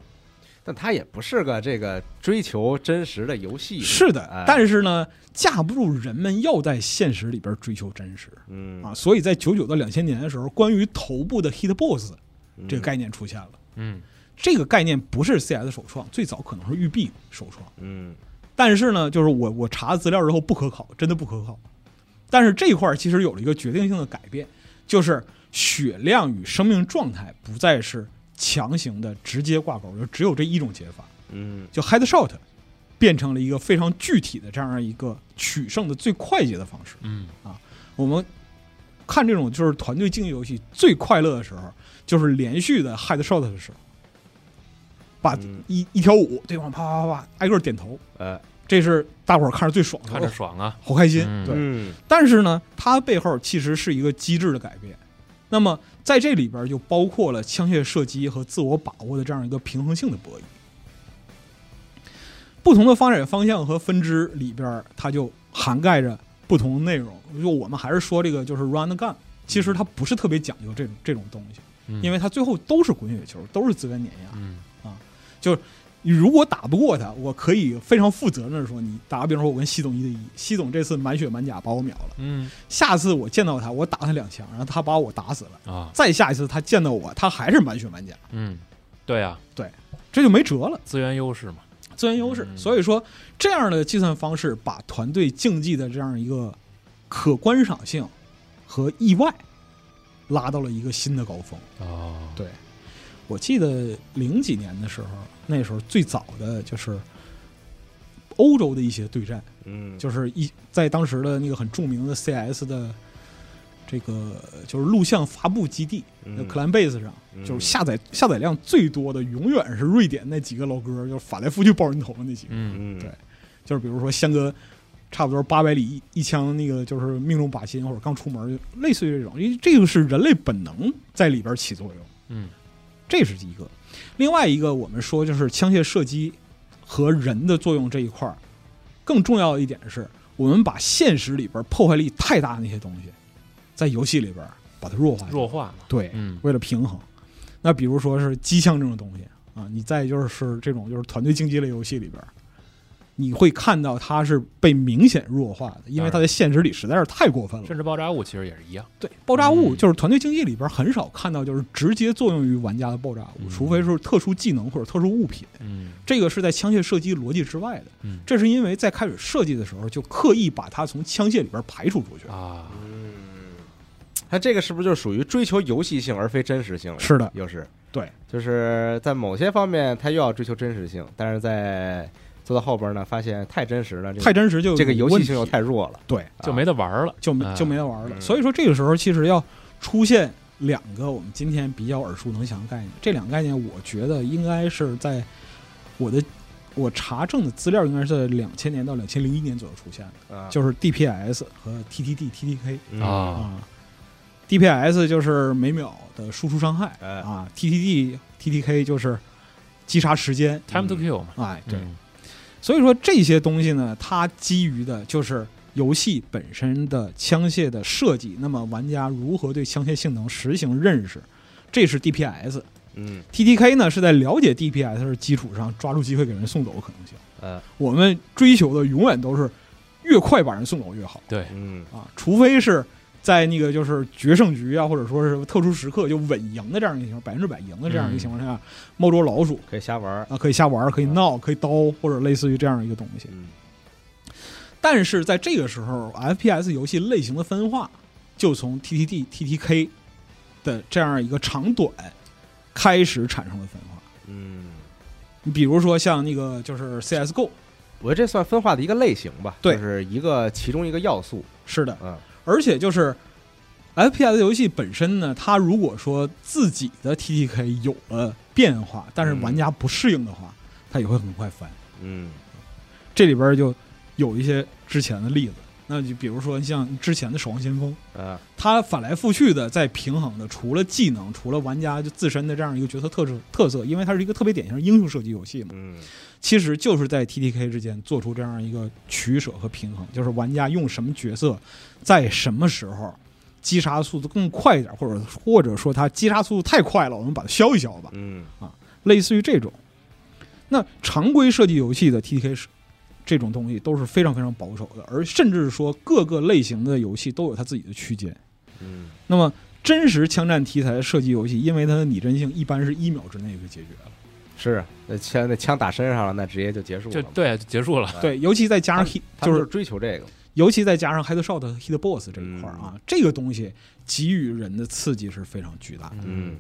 但它也不是个这个追求真实的游戏，是哎的，但是呢，架不住人们要在现实里边追求真实嗯啊，所以在九九到两千年的时候，关于头部的 hit boss 嗯这个概念出现了。嗯这个概念不是 CS 首创，最早可能是育碧首创，嗯但是呢，就是我我查资料之后不可考，真的不可考。但是这一块儿其实有了一个决定性的改变，就是血量与生命状态不再是强行的直接挂钩，就只有这一种解法。嗯就 headshot 变成了一个非常具体的这样一个取胜的最快捷的方式。嗯我们看这种就是团队竞技游戏最快乐的时候，就是连续的 headshot 的时候，把嗯一、一条舞对方啪啪啪啪挨个点头，呃这是大伙儿看着最爽的，看着哦爽啊，好开心。嗯对，嗯但是呢，它背后其实是一个机制的改变。那么在这里边就包括了枪械射击和自我把握的这样一个平衡性的博弈。不同的发展方向和分支里边，它就涵盖着不同的内容。就我们还是说这个就是 run the gun，其实它不是特别讲究这种这种东西，嗯因为它最后都是滚雪球，都是资源碾压。嗯你如果打不过他，我可以非常负责任的说，你打个比方说，我跟西总一对一，西总这次满血满甲把我秒了。嗯下次我见到他，我打他两枪，然后他把我打死了。啊再下一次他见到我，他还是满血满甲，嗯，对啊，这就没辙了，资源优势嘛，资源优势。嗯所以说，这样的计算方式把团队竞技的这样一个可观赏性和意外拉到了一个新的高峰。哦，对，我记得零几年的时候，那时候最早的就是欧洲的一些对战，嗯就是一在当时的那个很著名的 CS 的这个就是录像发布基地，那 Clan Base 上，嗯就是下载下载量最多的，永远是瑞典那几个老哥，就是翻来覆去爆人头的那几个，嗯嗯对就是比如说相隔差不多八百里一一枪，那个就是命中靶心或者刚出门，就类似于这种，因为这个是人类本能在里边起作用，嗯这是一个。另外一个我们说就是枪械射击和人的作用这一块儿，更重要的一点是，我们把现实里边破坏力太大的那些东西，在游戏里边把它弱化掉弱化嘛，对，嗯为了平衡。那比如说是机枪这种东西啊，你再就是这种就是团队竞技类游戏里边，你会看到它是被明显弱化的，因为它在现实里实在是太过分了甚。至爆炸物其实也是一样，对，爆炸物嗯就是团队竞技里边很少看到就是直接作用于玩家的爆炸物，嗯除非是特殊技能或者特殊物品，嗯这个是在枪械射击逻辑之外的。嗯这是因为在开始设计的时候就刻意把它从枪械里边排除出去。啊，它这个是不是就属于追求游戏性而非真实性了？是的，又是啊对，就是在某些方面，它又要追求真实性，但是在做到后边呢，发现太真实了，这个太真实就这个有游问戏题性又太弱了，对，就没得玩儿了，就没啊就没得玩了。嗯所以说这个时候其实要出现两个我们今天比较耳熟能详的概念，这两个概念我觉得应该是在我的我查证的资料应该是在两千年到两千零一年左右出现的，啊就是 DPS 和 TTD、TTK 嗯啊，啊。DPS 就是每秒的输出伤害哎啊，TTD、TTK 就是击杀时间。 ，Time to Kill 嘛，哎，对，嗯所以说这些东西呢，它基于的就是游戏本身的枪械的设计。那么玩家如何对枪械性能实行认识，这是 DPS。嗯 TTK 呢是在了解 DPS 的基础上，抓住机会给人送走的可能性。呃我们追求的永远都是越快把人送走越好对，嗯啊，除非是。在那个就是决胜局啊，或者说是特殊时刻就稳赢的这样一个情况，百分之百赢的这样一个情况下，猫捉老鼠可以瞎玩儿，啊，可以瞎玩儿，可以闹，可以刀，或者类似于这样一个东西。嗯但是在这个时候，FPS 游戏类型的分化就从 TTD、TTK 的这样一个长短开始产生了分化。嗯，你比如说像那个就是 CSGO，我觉得这算分化的一个类型吧，对就是一个其中一个要素，是的，嗯而且就是 FPS 游戏本身呢，它如果说自己的 TTK 有了变化，但是嗯玩家不适应的话，它也会很快翻。嗯这里边就有一些之前的例子，那就比如说像之前的《守望先锋》。啊它反来覆去的在平衡的，除了技能，除了玩家就自身的这样一个角色特质特色，因为它是一个特别典型的英雄射击游戏嘛，嗯其实就是在 TTK 之间做出这样一个取舍和平衡，就是玩家用什么角色，在什么时候击杀速度更快一点，或者或者说它击杀速度太快了，我们把它消一消吧，嗯类似于这种。那常规射击游戏的 TTK 是这种东西都是非常非常保守的，而甚至说各个类型的游戏都有它自己的区间。嗯那么真实枪战题材的射击游戏，因为它的拟真性一般是一秒之内就解决了。是啊那枪那枪打身上了，那直接就结束就了嘛，对，就结束了，对，尤其再加上 hit，他就们就是是追求这个，尤其再加上 headshot 和 hit boss 这一块儿啊，嗯这个东西给予人的刺激是非常巨大的。嗯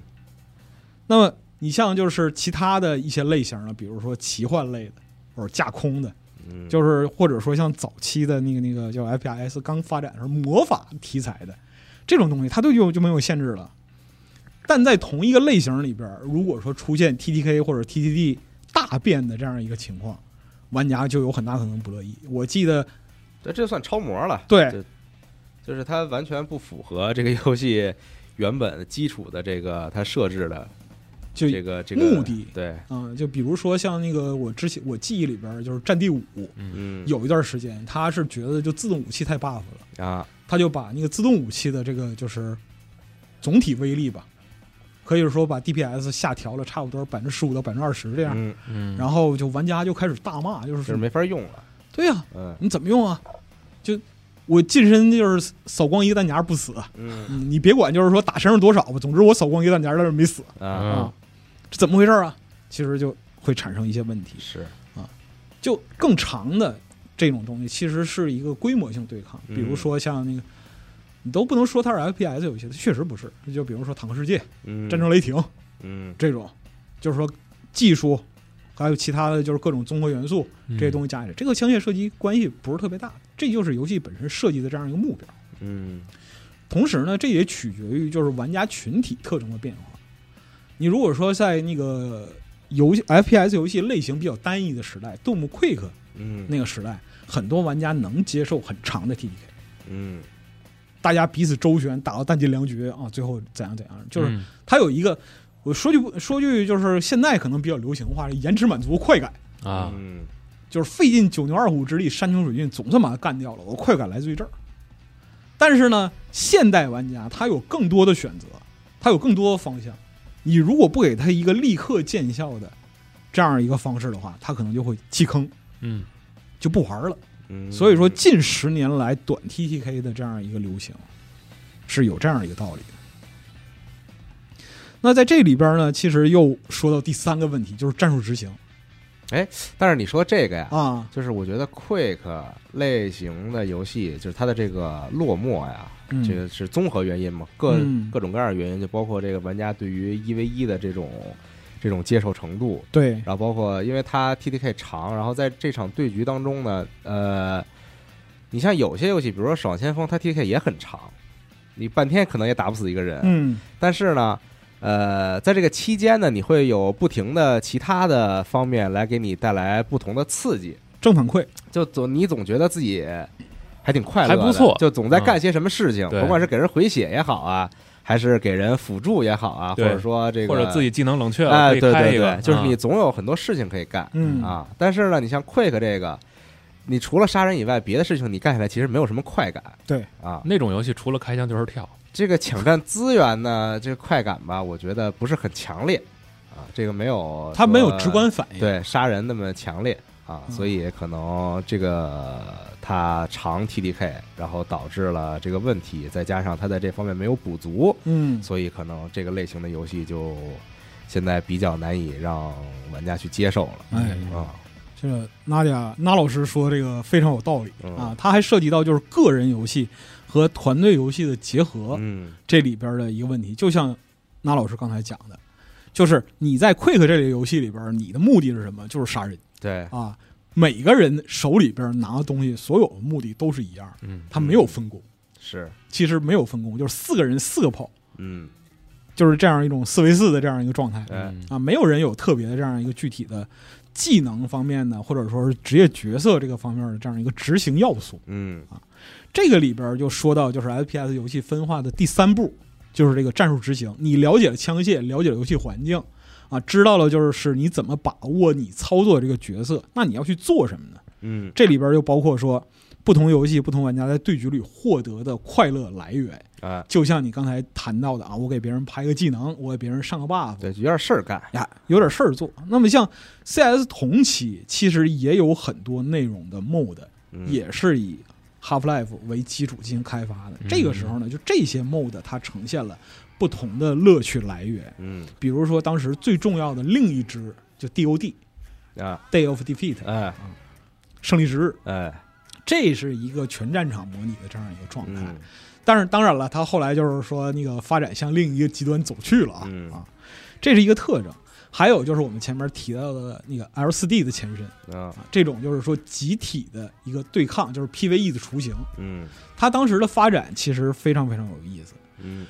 那么你像就是其他的一些类型了，比如说奇幻类的。或者架空的，嗯，就是或者说像早期的那个那个叫 FPS 刚发展的时候魔法题材的这种东西，它都就就没有限制了。但在同一个类型里边儿，如果说出现 TTK 或者 TTD 大变的这样一个情况，玩家就有很大可能不乐意。我记得这这算超模了，对就，就是它完全不符合这个游戏原本基础的这个它设置的就这个这个目的对，嗯、就比如说像那个我之前我记忆里边儿就是《战地五》，嗯，有一段时间他是觉得就自动武器太 buff 了，啊，他就把那个自动武器的这个就是总体威力吧，可以说把 DPS 下调了差不多百分之十五到百分之二十这样，嗯，嗯，然后就玩家就开始大骂，就是就是说没法用了，对呀、嗯你怎么用啊？就我近身就是扫光一个弹夹不死，嗯你你别管就是说打身上多少吧，总之我扫光一个弹夹但是没死，啊，嗯啊，这怎么回事啊？其实就会产生一些问题。是，就更长的这种东西，其实是一个规模性对抗，嗯比如说像那个。你都不能说它是 FPS 游戏，它确实不是。就比如说《坦克世界》嗯， 《战争雷霆》嗯，这种，就是说技术，还有其他的就是各种综合元素这嗯些东西，西加起来，这个枪械射击关系不是特别大。这就是游戏本身设计的这样一个目标。嗯同时呢，这也取决于就是玩家群体特征的变化。你如果说在那个游戏 FPS 游戏类型比较单一的时代，Doom、Quick 嗯，那个时代，很多玩家能接受很长的 TDK，嗯大家彼此周旋，打到弹尽粮绝啊，最后怎样怎样，就是嗯它有一个。我说句不说句，就是现在可能比较流行的话，是延迟满足快感。啊，嗯就是费尽九牛二虎之力，山穷水尽，总算把它干掉了。我快感来自于这儿。但是呢，现代玩家他有更多的选择，他有更多的方向。你如果不给他一个立刻见效的这样一个方式的话，他可能就会弃坑，嗯，就不玩了。嗯所以说，近十年来短 TTK 的这样一个流行，是有这样一个道理的那在这里边呢，其实又说到第三个问题，就是战术执行但是你说这个呀，啊，就是我觉得 Quick 类型的游戏，就是它的这个落寞呀，嗯这个是综合原因嘛，各、嗯各种各样的原因，就包括这个玩家对于一 v 一的这种这种接受程度，对，然后包括因为它 TDK 长，然后在这场对局当中呢，呃，你像有些游戏，比如说《守望先锋》，它 TDK 也很长，你半天可能也打不死一个人，嗯，但是呢。呃，在这个期间呢，你会有不停的其他的方面来给你带来不同的刺激，正反馈，就总你总觉得自己还挺快乐的，还不错就总在干些什么事情，嗯对甭管是给人回血也好啊，还是给人辅助也好啊，或对者说这个或者自己技能冷却了，哎，可以对开对一个对，，就是啊你总有很多事情可以干、嗯啊。但是呢，你像 Quick 这个，你除了杀人以外，别的事情你干起来其实没有什么快感。对啊，那种游戏除了开枪就是跳，这个抢占资源呢，这个快感吧，我觉得不是很强烈啊，这个没有他没有说直观反应，，对杀人那么强烈啊，嗯所以可能这个他长 TDK，然后导致了这个问题，再加上他在这方面没有补足，嗯，所以可能这个类型的游戏就现在比较难以让玩家去接受了。哎，嗯啊，这个娜迪亚娜老师说这个非常有道理嗯啊，他还涉及到就是个人游戏和团队游戏的结合，嗯这里边的一个问题，就像那老师刚才讲的，就是你在 Quick 这类游戏里边，你的目的是什么？就是杀人对，啊！每个人手里边拿的东西，所有的目的都是一样，嗯，他没有分工，是，其实没有分工，就是四个人四个跑，嗯，就是这样一种四 v 四的这样一个状态哎，嗯啊，没有人有特别的这样一个具体的技能方面的，或者说是职业角色这个方面的这样一个执行要素。嗯这个里边就说到，就是 FPS 游戏分化的第三步，就是这个战术执行。你了解了枪械，了解了游戏环境，啊，知道了就是是你怎么把握你操作这个角色，那你要去做什么呢？嗯，这里边就包括说，不同游戏、不同玩家在对局里获得的快乐来源。啊，就像你刚才谈到的啊，我给别人拍个技能，我给别人上个 buff，哎对，有点事儿干，呀，有点事儿做。那么像 CS 同期，其实也有很多内容的 mod，嗯也是以 Half Life 为基础进行开发嗯的。这个时候呢，就这些 mod 它呈现了不同的乐趣来源，嗯比如说当时最重要的另一支就 DOD。啊， Day of Defeat，哎胜利之日，哎，这是一个全战场模拟的这样一个状态。嗯但是当然了，它后来就是说那个发展向另一个极端走去了啊、嗯啊，这是一个特征。还有就是我们前面提到的那个 L 4 D 的前身啊啊，这种就是说集体的一个对抗，就是 PVE 的雏形。嗯它当时的发展其实非常非常有意思。嗯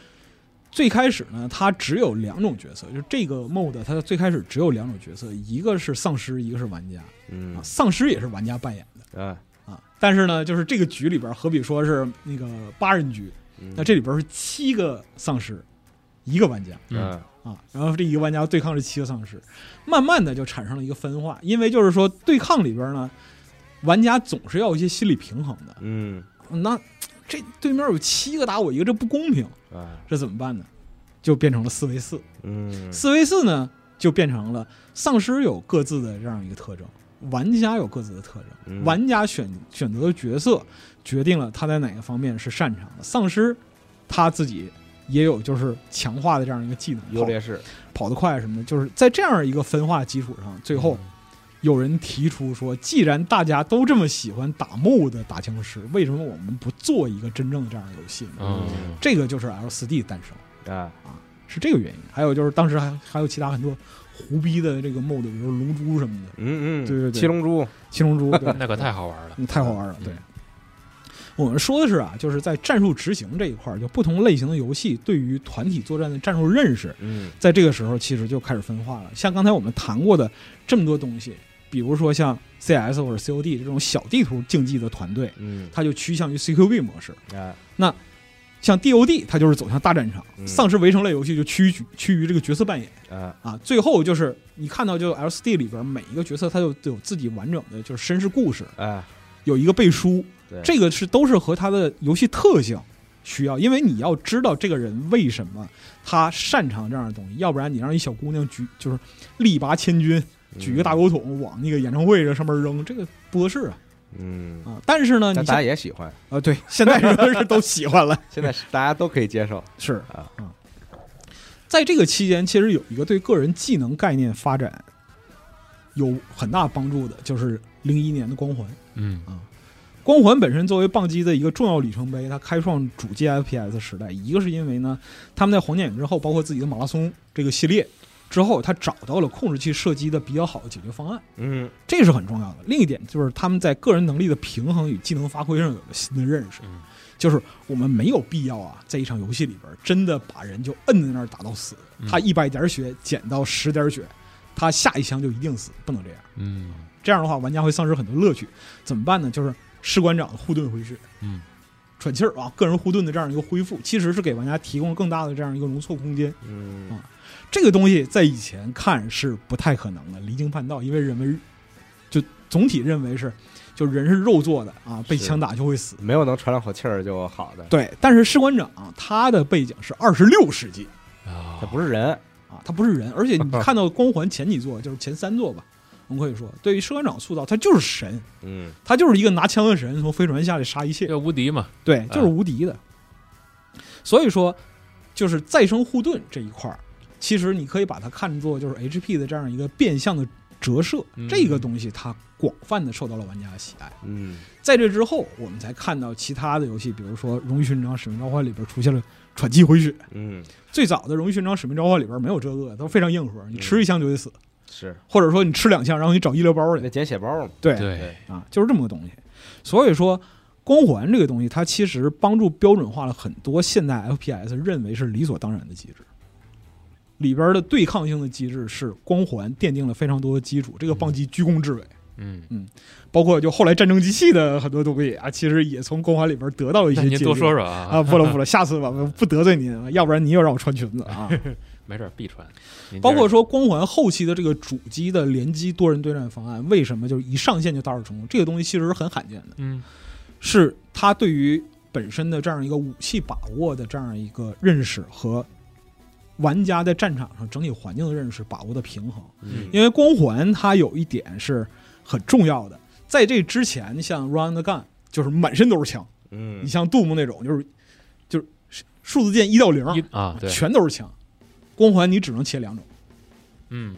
最开始呢，它只有两种角色，就是这个 mod 它最开始只有两种角色，一个是丧尸，一个是玩家啊。嗯丧尸也是玩家扮演的啊，啊，但是呢，就是这个局里边，好比说是那个八人局，嗯那这里边是七个丧尸，一个玩家嗯嗯啊，然后这一个玩家对抗这七个丧尸，慢慢的就产生了一个分化，因为就是说对抗里边呢，玩家总是要有一些心理平衡的，嗯那这对面有七个打我一个，这不公平，啊这怎么办呢？就变成了四 v 四，嗯四 v 四呢就变成了丧尸有各自的这样一个特征，玩家有各自的特征，嗯玩家选选择的角色决定了他在哪个方面是擅长的。丧尸他自己也有就是强化的这样一个技能，优跑劣势，跑得快什么的，就是在这样一个分化基础上，最后嗯有人提出说，既然大家都这么喜欢打 MOD 打僵尸，为什么我们不做一个真正的这样的游戏呢？嗯这个就是 L 4 D 诞生。啊是这个原因。还有就是当时还还有其他很多胡逼的这个 mod，比如龙珠什么的，嗯嗯，对对对七龙珠，七 龙珠，对那可太好玩了，嗯太好玩了。嗯对，我们说的是啊，就是在战术执行这一块儿，就不同类型的游戏对于团体作战的战术认识，嗯在这个时候其实就开始分化了。像刚才我们谈过的这么多东西，比如说像 CS 或者 COD 这种小地图竞技的团队，嗯它就趋向于 CQB 模式。啊像 DOD 它就是走向大战场，嗯丧尸围城类游戏就趋于趋于这个角色扮演啊，啊。最后就是你看到就 LCD 里边每一个角色，他就有自己完整的就是身世故事，哎，有一个背书对，这个是都是和他的游戏特性需要，因为你要知道这个人为什么他擅长这样的东西，要不然你让一小姑娘举就是力拔千钧，举一个大嗯，狗桶往那个演唱会这上面扔，这个不合适啊嗯，啊！但是呢，但你大家像也喜欢，啊，对，现在人是都喜欢了，现在是大家都可以接受，是啊啊。在这个期间，其实有一个对个人技能概念发展有很大帮助的，就是零一年的光环。嗯光环本身作为棒机的一个重要里程碑，它开创主 GFPS 时代。一个是因为呢，他们在黄金眼之后，包括自己的马拉松这个系列之后，他找到了控制器射击的比较好的解决方案，嗯这是很重要的。另一点就是他们在个人能力的平衡与技能发挥上有了新的认识嗯，就是我们没有必要啊，在一场游戏里边真的把人就摁在那儿打到死，嗯他一百点血减到十点血，他下一枪就一定死，不能这样。嗯这样的话，玩家会丧失很多乐趣。怎么办呢？就是士官长的护盾回血，嗯喘气儿啊，个人护盾的这样一个恢复，其实是给玩家提供了更大的这样一个容错空间。嗯这个东西在以前看是不太可能的，离经叛道，因为人们就总体认为是，就人是肉做的啊，被是枪打就会死。没有能喘两口气儿就好的，对，但是士官长、他的背景是二十六世纪啊他，不是人，啊，他不是人，而且你看到光环前几座就是前三座吧，我们可以说，对于士官长塑造，他就是神，嗯他就是一个拿枪的神，从飞船下去杀一切。要无敌嘛，对，就是啊无敌的。所以说，就是再生护盾这一块儿，其实你可以把它看作就是 HP 的这样一个变相的折射，嗯这个东西它广泛的受到了玩家的喜爱。嗯在这之后，我们才看到其他的游戏，比如说《荣誉勋章》《使命召唤》里边出现了喘气回血。嗯最早的《荣誉勋章》《使命召唤》里边没有这个，都非常硬核，你吃一枪就得死，是，或者说你吃两枪，然后你找医疗包那去。捡血包嘛，对对，啊，就是这么个东西。所以说，光环这个东西，它其实帮助标准化了很多现代 FPS 认为是理所当然的机制。里边的对抗性的机制是光环奠定了非常多的基础，这个棒机居功至伟，嗯，包括就后来战争机器的很多东西啊，其实也从光环里边得到了一那些您借多鉴说说啊啊，，不了不了，下次吧，不得罪您啊，要不然您又让我穿裙子 啊。没事儿必传，您包括接着说光环后期的这个主机的联机多人对战方案，为什么就是一上线就大受成功？这个东西其实是很罕见的。嗯是他对于本身的这样一个武器把握的这样一个认识和玩家在战场上整体环境的认识把握的平衡。嗯因为光环它有一点是很重要的，在这之前，像 Run the Gun 就是满身都是枪，嗯你像杜牧那种就是就是数字键一到零一啊对，嗯全都是枪，光环你只能切两种。嗯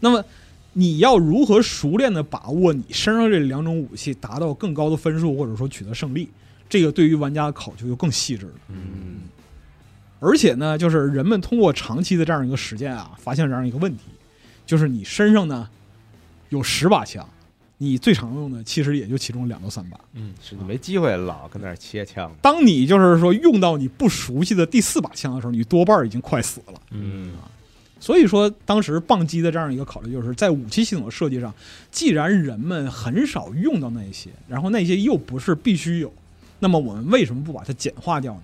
那么你要如何熟练的把握你身上这两种武器，达到更高的分数，或者说取得胜利？这个对于玩家的考究就更细致了。嗯嗯而且呢，就是人们通过长期的这样一个实践啊，发现这样一个问题，就是你身上呢有十把枪，你最常用的其实也就其中两到三把。嗯是你没机会老跟那儿切枪，当你就是说用到你不熟悉的第四把枪的时候，你多半已经快死了。嗯所以说，当时棒机的这样一个考虑，就是在武器系统的设计上，既然人们很少用到那一些，然后那些又不是必须有，那么我们为什么不把它简化掉呢？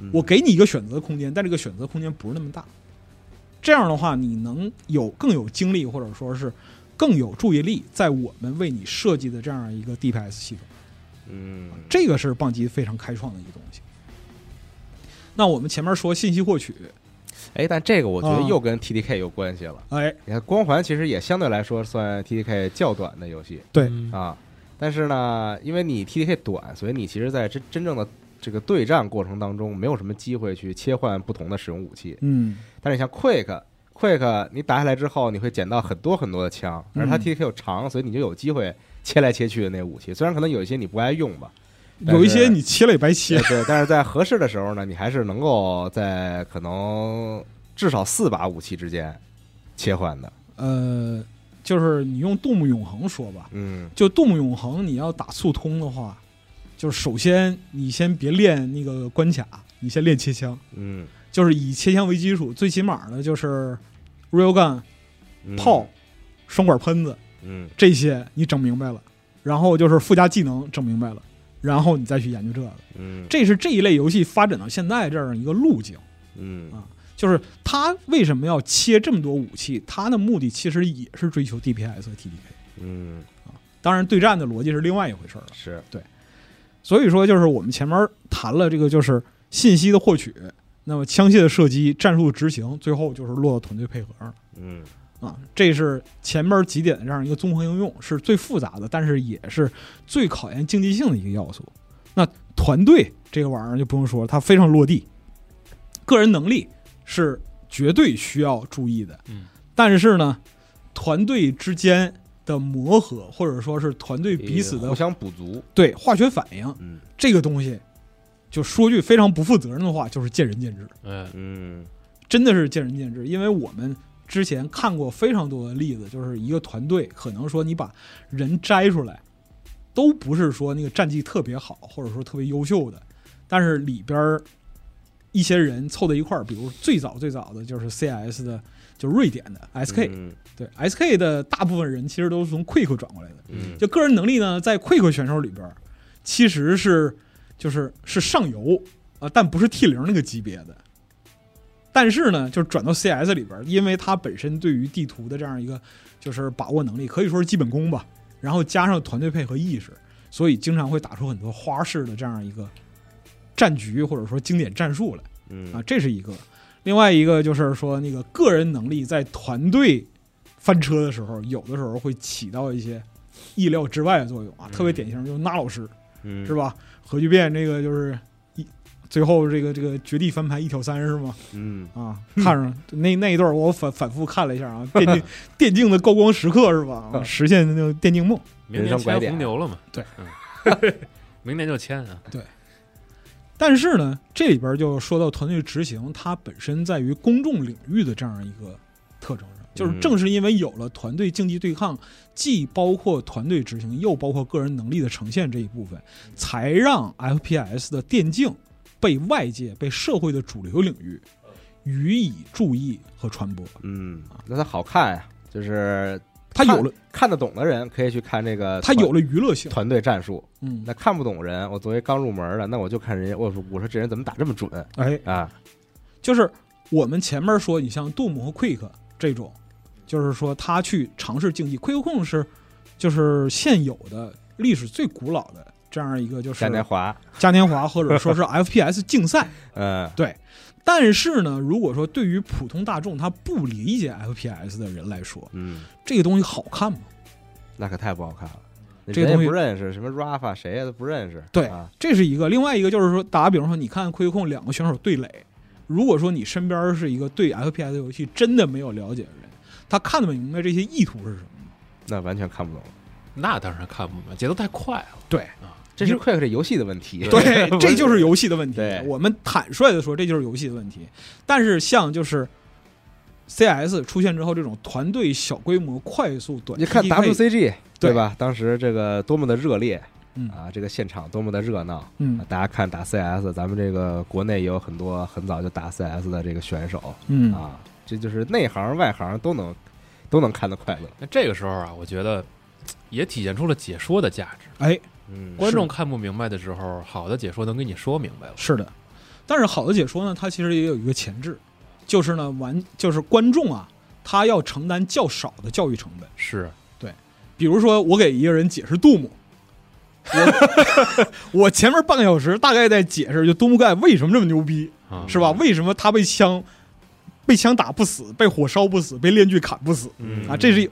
嗯我给你一个选择空间，但这个选择空间不是那么大。这样的话，你能有更有精力，或者说是更有注意力，在我们为你设计的这样一个 DPS 系统。嗯这个是棒机非常开创的一个东西。那我们前面说信息获取，哎，但这个我觉得啊又跟 TDK 有关系了。哎，你看光环其实也相对来说算 TDK 较短的游戏对嗯啊，但是呢，因为你 TDK 短，所以你其实在真真正的这个对战过程当中，没有什么机会去切换不同的使用武器。嗯，但是你像 Quick。Quick，你打下来之后，你会捡到很多很多的枪，而它嗯 TDK 有长，所以你就有机会切来切去的那个武器。虽然可能有一些你不爱用吧，但有一些是你切了也白切对，对，但是在合适的时候呢，你还是能够在可能至少四把武器之间切换的。呃，就是你用杜牧永恒说吧，嗯就杜牧永恒，你要打速通的话，就是首先你先别练那个关卡，你先练切枪，嗯，就是以切枪为基础，最起码的就是 real gun 嗯炮、，双管喷子嗯这些你整明白了，然后就是附加技能整明白了，然后你再去研究这个，嗯这是这一类游戏发展到现在这样一个路径。嗯就是它为什么要切这么多武器？它的目的其实也是追求 DPS 和 TDK。嗯，当然，对战的逻辑是另外一回事儿了。是所以说，就是我们前面谈了这个，就是信息的获取，那么枪械的射击、战术的执行，最后就是落到团队配合上了嗯啊。这是前面几点的这样一个综合应用，是最复杂的，但是也是最考验竞技性的一个要素。那团队这个玩意儿就不用说了，它非常落地，个人能力是绝对需要注意的。嗯，但是呢，团队之间的磨合，或者说是团队彼此的互相补足，对化学反应，嗯这个东西，就说句非常不负责任的话，就是见仁见智，嗯，嗯真的是见仁见智。因为我们之前看过非常多的例子，就是一个团队可能说你把人摘出来，都不是说那个战绩特别好，或者说特别优秀的，但是里边儿一些人凑在一块儿，比如最早最早的就是 CS 的，就是瑞典的 SK，、嗯对 SK 的大部分人其实都是从 Quick 转过来的。嗯就个人能力呢，在 Quick 选手里边儿，其实是就是是上游啊、呃但不是 T 零那个级别的。但是呢，就是转到 CS 里边儿，因为它本身对于地图的这样一个就是把握能力，可以说是基本功吧，然后加上团队配合意识，所以经常会打出很多花式的这样一个战局或者说经典战术来。嗯啊，这是一个。另外一个就是说，那个个人能力在团队翻车的时候，有的时候会起到一些意料之外的作用啊。特别典型就是那老师嗯是？吧？核聚变这个就是一最后这个这个绝地翻盘一挑三是吗？嗯啊，看着那那一段我反反复看了一下啊，电竞 电竞的高光时刻是吧？啊实现那个电竞梦。明人年生拐签点红牛了嘛？对嗯， 明年就签啊。但是呢，这里边就说到团队执行，它本身在于公众领域的这样一个特征上，就是嗯正是因为有了团队竞技对抗，既包括团队执行，又包括个人能力的呈现这一部分，才让 FPS 的电竞被外界、被社会的主流领域予以注意和传播。嗯，那它好看呀，就是它有了，看得懂的人可以去看这个，它有了娱乐性。团队战术。嗯，那看不懂人，我作为刚入门的，那我就看人家，我说我说这人怎么打这么准哎，啊？就是我们前面说，你像 Doom 和 Quick 这种，就是说他去尝试竞技。Quick 控是就是现有的历史最古老的这样一个，就是嘉年华，嘉年华或 者说是 FPS 竞赛。嗯但是呢，如果说对于普通大众他不理解 FPS 的人来说，嗯，这个东西好看吗？那可太不好看了。这个人东西也不认识，什么 Rafa 谁呀都不认识。对啊，这是一个。另外一个就是说，打个比方说，你看 Quick 控两个选手对垒，如果说你身边是一个对 FPS 游戏真的没有了解的人，他看得明白这些意图是什么。那完全看不懂。那当然看不明白，节奏太快啊了。对，这是 Quick 这游戏的问题。对，这就是游戏的问题对。我们坦率的说，这就是游戏的问题。但是像就是 CS 出现之后，这种团队小规模、快速、短你看期内 WCG 对对吧？当时这个多么的热烈嗯啊，这个现场多么的热闹。嗯大家看打 CS，咱们这个国内也有很多很早就打 CS 的这个选手嗯啊，这就是内行外行都能都能看得快乐。那这个时候啊，我觉得嘖也体现出了解说的价值。哎，嗯观众看不明白的时候，好的解说能给你说明白了。是的。但是好的解说呢，它其实也有一个前置，就是呢，完就是观众啊，他要承担较少的教育成本。是，比如说，我给一个人解释杜牧， 我我前面半个小时大概在解释就杜牧盖为什么这么牛逼，啊，是吧？为什么他被枪被枪打不死，被火烧不死，被链锯砍不死嗯啊？这是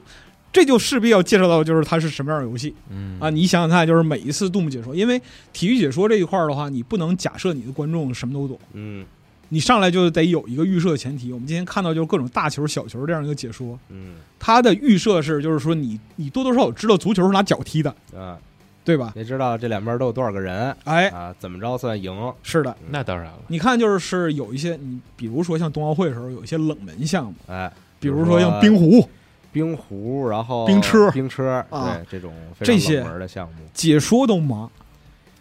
这就势必要介绍到，就是它是什么样的游戏嗯啊？你想想看，就是每一次杜牧解说，因为体育解说这一块儿的话，你不能假设你的观众什么都懂，嗯你上来就得有一个预设前提。我们今天看到就是各种大球、小球这样一个解说，嗯它的预设是就是说你你多多少少知道足球是拿脚踢的，啊，对吧？也知道这两边都有多少个人哎，啊，怎么着算赢？是的。那当然了，你看，就是有一些，你比如说像冬奥会的时候，有一些冷门项目，哎，比如说像冰壶，冰壶，然后冰车冰车，啊对这种非这常些冷门的项目，解说都麻，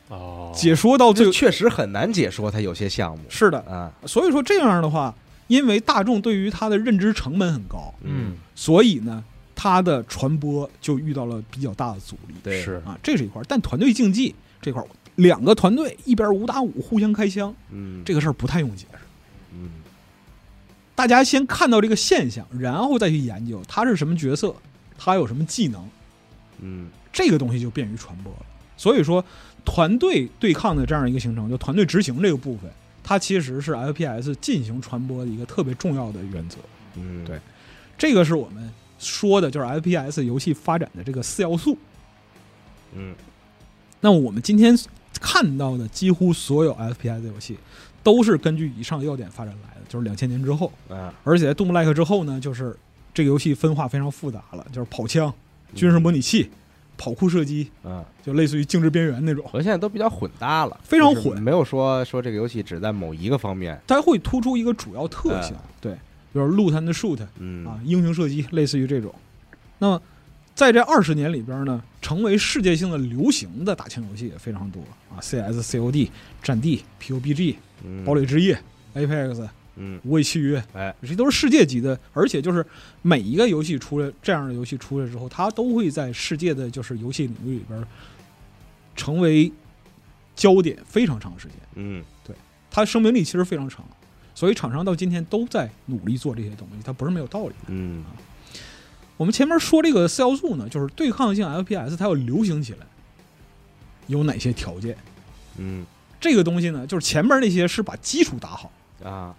哦，解说到最这确实很难解说它有些项目是的，啊，所以说这样的话，因为大众对于它的认知成本很高，嗯，所以呢，它的传播就遇到了比较大的阻力。对是啊，这是一块儿。但团队竞技这块儿，两个团队一边五打五互相开枪，嗯，这个事儿不太用解释。嗯大家先看到这个现象，然后再去研究他是什么角色，他有什么技能，嗯这个东西就便于传播了。所以说，团队对抗的这样一个形成，就团队执行这个部分，它其实是 FPS 进行传播的一个特别重要的原则。嗯，对这个是我们说的，就是 FPS 游戏发展的这个四要素。嗯那么我们今天看到的几乎所有 FPS 游戏，都是根据以上要点发展来的，就是两千年之后。啊，而且在《杜牧 like》之后呢，就是这个游戏分化非常复杂了，就是跑枪、军事模拟器、跑酷射击，啊，就类似于《静止边缘》那种。我现在都比较混搭了，非常就是混没有说说这个游戏只在某一个方面，它会突出一个主要特性，对，比如 loot and shoot 哎嗯啊，英雄射击，类似于这种。那么在这二十年里边呢，成为世界性的流行的打枪游戏也非常多啊，CS、COD、战地、PUBG、嗯堡垒之夜、Apex、嗯无畏契约，哎，这都是世界级的，而且就是每一个游戏出来，这样的游戏出来之后，它都会在世界的就是游戏领域里边成为焦点，非常长时间，嗯它生命力其实非常长，所以厂商到今天都在努力做这些东西，它不是没有道理。嗯我们前面说这个四要素呢，就是对抗性 FPS 它要流行起来，有哪些条件？嗯这个东西呢，就是前面那些是把基础打好，啊，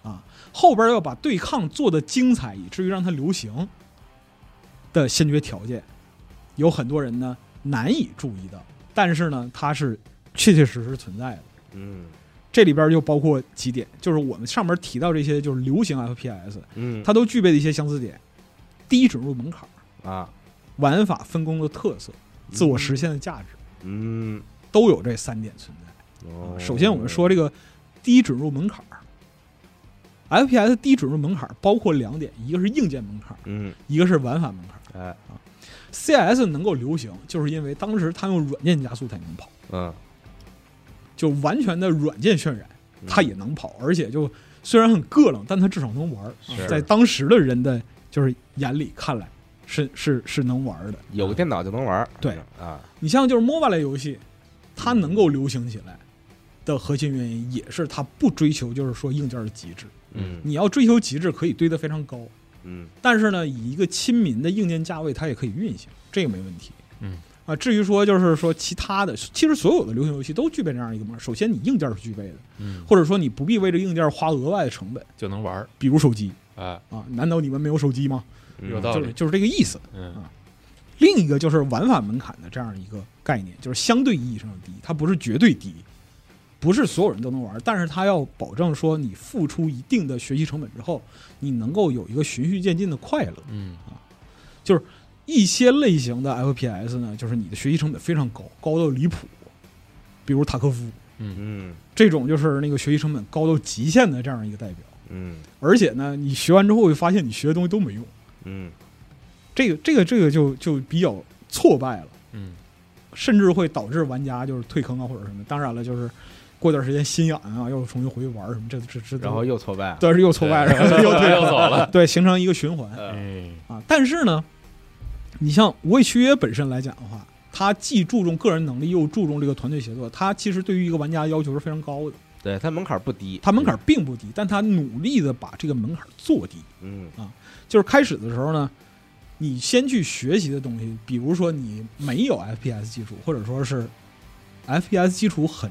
后边要把对抗做得精彩，以至于让它流行的先决条件，有很多人呢难以注意到，但是呢，它是确确实实存在的。嗯这里边就包括几点，就是我们上面提到这些，就是流行 FPS，嗯，它都具备的一些相似点：低准入门槛、啊，玩法分工的特色、自我实现的价值，嗯，都有这三点存哦在。啊首先，我们说这个低准入门槛儿，FPS 低准入门槛儿包括两点，一个是硬件门槛儿，嗯一个是玩法门槛儿。哎 CS 能够流行，就是因为当时它用软件加速才能跑，嗯，就完全的软件渲染，嗯它也能跑，而且就虽然很膈冷，但它至少能玩儿。是在当时的人的就是眼里看来是是是能玩儿的。有个电脑就能玩儿，对啊，你像就是 MOBA 类游戏，它能够流行起来的核心原因也是它不追求就是说硬件的极致。嗯你要追求极致，可以堆得非常高，嗯但是呢，以一个亲民的硬件价位，它也可以运行，这个没问题。嗯啊，至于说就是说其他的，其实所有的流行游戏都具备这样一个模式。首先，你硬件是具备的，嗯，或者说你不必为这个硬件花额外的成本，就能玩儿，比如手机哎，啊，难道你们没有手机吗？嗯有道就理是就是这个意思。嗯另一个就是玩法门槛的这样一个概念，就是相对意义上的低，它不是绝对低，不是所有人都能玩，但是它要保证说你付出一定的学习成本之后，你能够有一个循序渐进的快乐。嗯一些类型的 FPS 呢，就是你的学习成本非常高，高到离谱，比如塔科夫嗯这种就是那个学习成本高到极限的这样一个代表。嗯而且呢，你学完之后会发现你学的东西都没用，嗯这个这个这个就就比较挫败了。嗯甚至会导致玩家就是退坑啊或者什么。当然了，就是过段时间心痒啊，又重新回去玩什么，这这这，然后又挫败，但是又挫败了，然后又退 又坑走了，对，形成一个循环呃嗯哎，啊。但是呢，你像《无畏契约》本身来讲的话，它既注重个人能力，又注重这个团队协作，它其实对于一个玩家要求是非常高的。对，它门槛不低，它门槛并不低，但它努力的把这个门槛做低。嗯就是开始的时候呢，你先去学习的东西，比如说你没有 FPS 基础，或者说是 FPS 基础很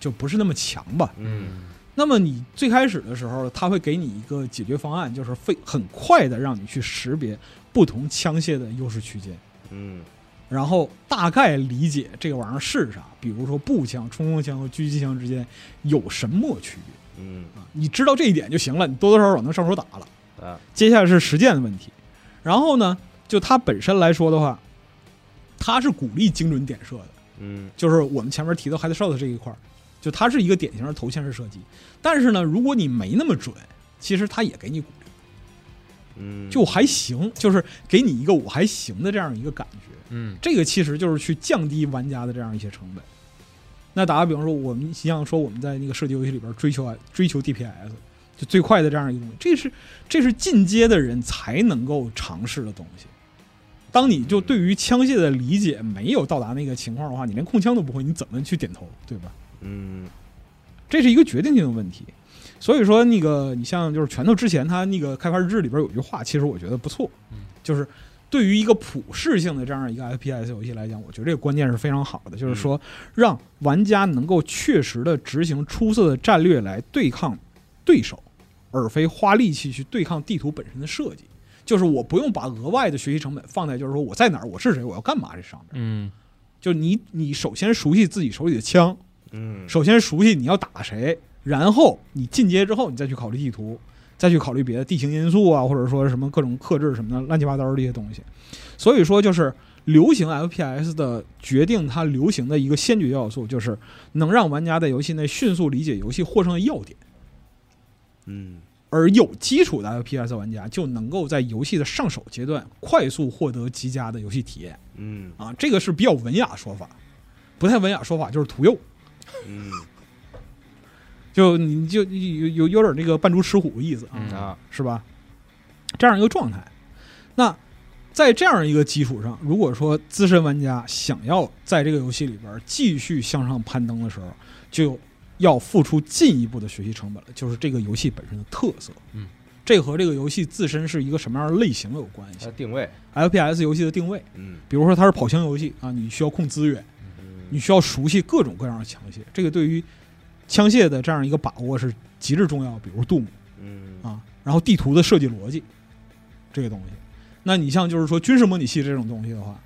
就不是那么强吧，嗯那么你最开始的时候，它会给你一个解决方案，就是非很快的让你去识别不同枪械的优势区间。嗯然后大概理解这个玩意儿是啥，比如说步枪、冲锋枪和狙击枪之间有什么区别嗯啊？你知道这一点就行了，你多多少少能上手打了。啊接下来是实践的问题。然后呢，就它本身来说的话，它是鼓励精准点射的，嗯就是我们前面提到 headshot 这一块儿，就它是一个典型的头线式射击。但是呢，如果你没那么准，其实它也给你鼓励，嗯，就还行，就是给你一个我还行的这样一个感觉。嗯这个其实就是去降低玩家的这样一些成本。那打个比方说，我们像说我们在那个射击游戏里边追求啊追求 DPS，就最快的这样一个东西，这是这是进阶的人才能够尝试的东西。当你就对于枪械的理解没有到达那个情况的话，你连控枪都不会，你怎么去点头，对吧？嗯这是一个决定性的问题。所以说，那个你像就是拳头之前他那个开发日志里边有一句话，其实我觉得不错嗯，就是对于一个普适性的这样一个 FPS 游戏来讲，我觉得这个观念是非常好的，就是说让玩家能够确实的执行出色的战略来对抗对手，而非花力气去对抗地图本身的设计。就是我不用把额外的学习成本放在就是说我在哪儿，我是谁，我要干嘛这上面。嗯就你你首先熟悉自己手里的枪，嗯，首先熟悉你要打谁，然后你进阶之后，你再去考虑地图，再去考虑别的地形因素啊，或者说什么各种克制什么的乱七八糟的这些东西。所以说，就是流行 FPS 的决定它流行的一个先决要素，就是能让玩家在游戏内迅速理解游戏获胜的要点。嗯而有基础的 FPS 玩家就能够在游戏的上手阶段快速获得极佳的游戏体验嗯啊，这个是比较文雅说法，不太文雅说法就是图右。嗯就你就有有有点那个扮猪吃虎的意思啊，嗯啊，是吧？这样一个状态，那在这样一个基础上，如果说资深玩家想要在这个游戏里边继续向上攀登的时候，就要付出进一步的学习成本了，就是这个游戏本身的特色。嗯，这和这个游戏自身是一个什么样的类型有关呃系它。定位， FPS 游戏的定位，嗯比如说它是跑枪游戏啊，你需要控资源，你嗯需要熟悉各种各样的枪械，这个对于枪械的这样一个把握是极致重要。比如杜姆嗯啊，然后地图的设计逻辑这个东西，那你像就是说军事模拟器这种东西的话，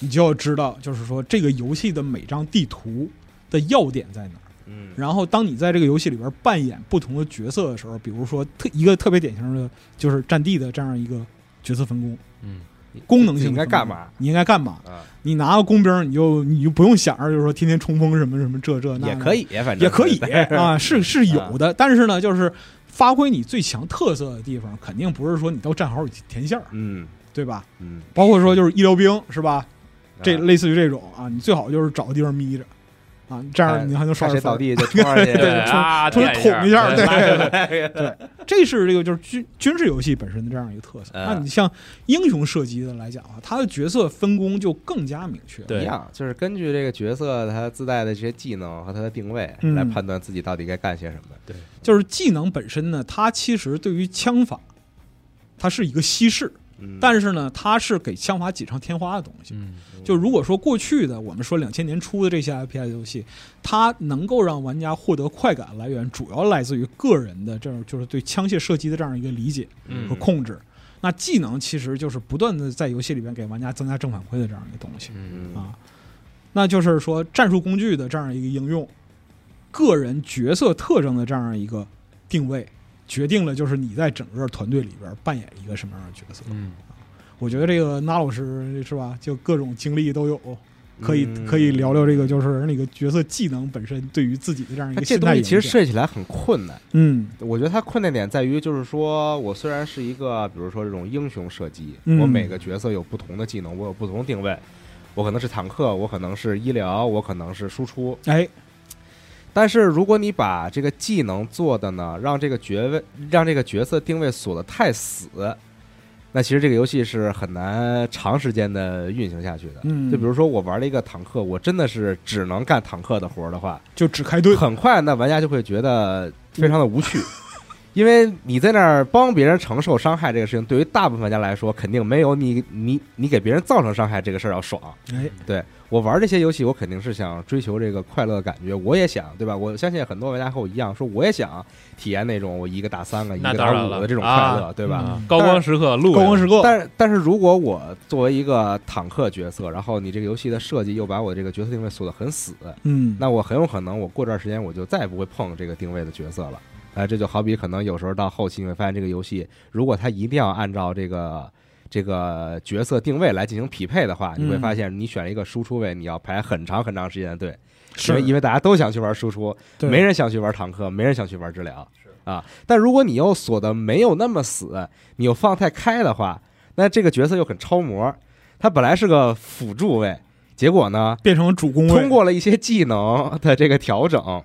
你就要知道就是说这个游戏的每张地图的要点在哪儿。嗯然后当你在这个游戏里边扮演不同的角色的时候，比如说特一个特别典型的就是战地的这样一个角色分工，嗯功能你性应该分工干嘛？你应该干嘛？啊，你拿个工兵，你就你就不用想着就是说天天冲锋什么什么这这那也的可，以，反正 也可以啊，啊，是是有的。但是呢，就是发挥你最强特色的地方，肯定不是说你到战壕里填线儿，嗯对吧？嗯，包括说就是医疗兵是吧？这啊类似于这种啊，你最好就是找个地方眯着啊，这样看你还能刷看谁点分倒儿。 地就冲上去，对冲啊，冲点捅一下对拉下来这是这个就是军军事游戏本身的这样一个特色。嗯那你像英雄射击的来讲啊，它的角色分工就更加明确了。对一样，就是根据这个角色他自带的这些技能和他的定位嗯来判断自己到底该干些什么。对，就是技能本身呢，它其实对于枪法，它是一个稀释，嗯，但是呢，它是给枪法锦上添花的东西。嗯就如果说过去的我们说两千年初的这些 FPS 游戏，它能够让玩家获得快感的来源，主要来自于个人的这种就是对枪械射击的这样一个理解嗯和控制。那技能其实就是不断的在游戏里面给玩家增加正反馈的这样一个东西。嗯嗯啊，那就是说战术工具的这样一个应用，个人角色特征的这样一个定位，决定了就是你在整个团队里边扮演一个什么样的角色。嗯我觉得这个那老师是吧，就各种经历都有，可以、嗯可以聊聊这个，就是那个角色技能本身对于自己的这样一他个这心东态西影其实响。设计起来很困难，嗯我觉得它困难点在于，就是说我虽然是一个，比如说这种英雄射击，嗯我每个角色有不同的技能，我有不同的定位，我可能是坦克，我可能是医疗，我可能是输出。哎，但是如果你把这个技能做的呢，让这个角位让这个角色定位锁的太死，那其实这个游戏是很难长时间的运行下去的。嗯就比如说我玩了一个坦克，我真的是只能干坦克的活儿的话，就只开队，很快那玩家就会觉得非常的无趣，因为你在那儿帮别人承受伤害这个事情，对于大部分玩家来说，肯定没有你你你给别人造成伤害这个事儿要爽。哎，我玩这些游戏，我肯定是想追求这个快乐的感觉，我也想，对吧？我相信很多玩家和我一样，说我也想体验那种我一个打三个、一那个当然打五了个这种快啊嗯乐，对吧？嗯啊，高光时刻录高光时刻，但是，但是如果我作为一个坦克角色，然后你这个游戏的设计又把我这个角色定位锁得很死，嗯，那我很有可能我过段时间我就再也不会碰这个定位的角色了。呃，这就好比可能有时候到后期你会发现，这个游戏如果它一定要按照这个这个角色定位来进行匹配的话，嗯你会发现你选了一个输出位，你要排很长很长时间的队，因是为因为大家都想去玩输出，对没人想去玩坦克，没人想去玩治疗啊。但如果你又锁的没有那么死，你又放太开的话，那这个角色又很超模，他本来是个辅助位，结果呢，变成主攻位通，过了一些技能的这个调整，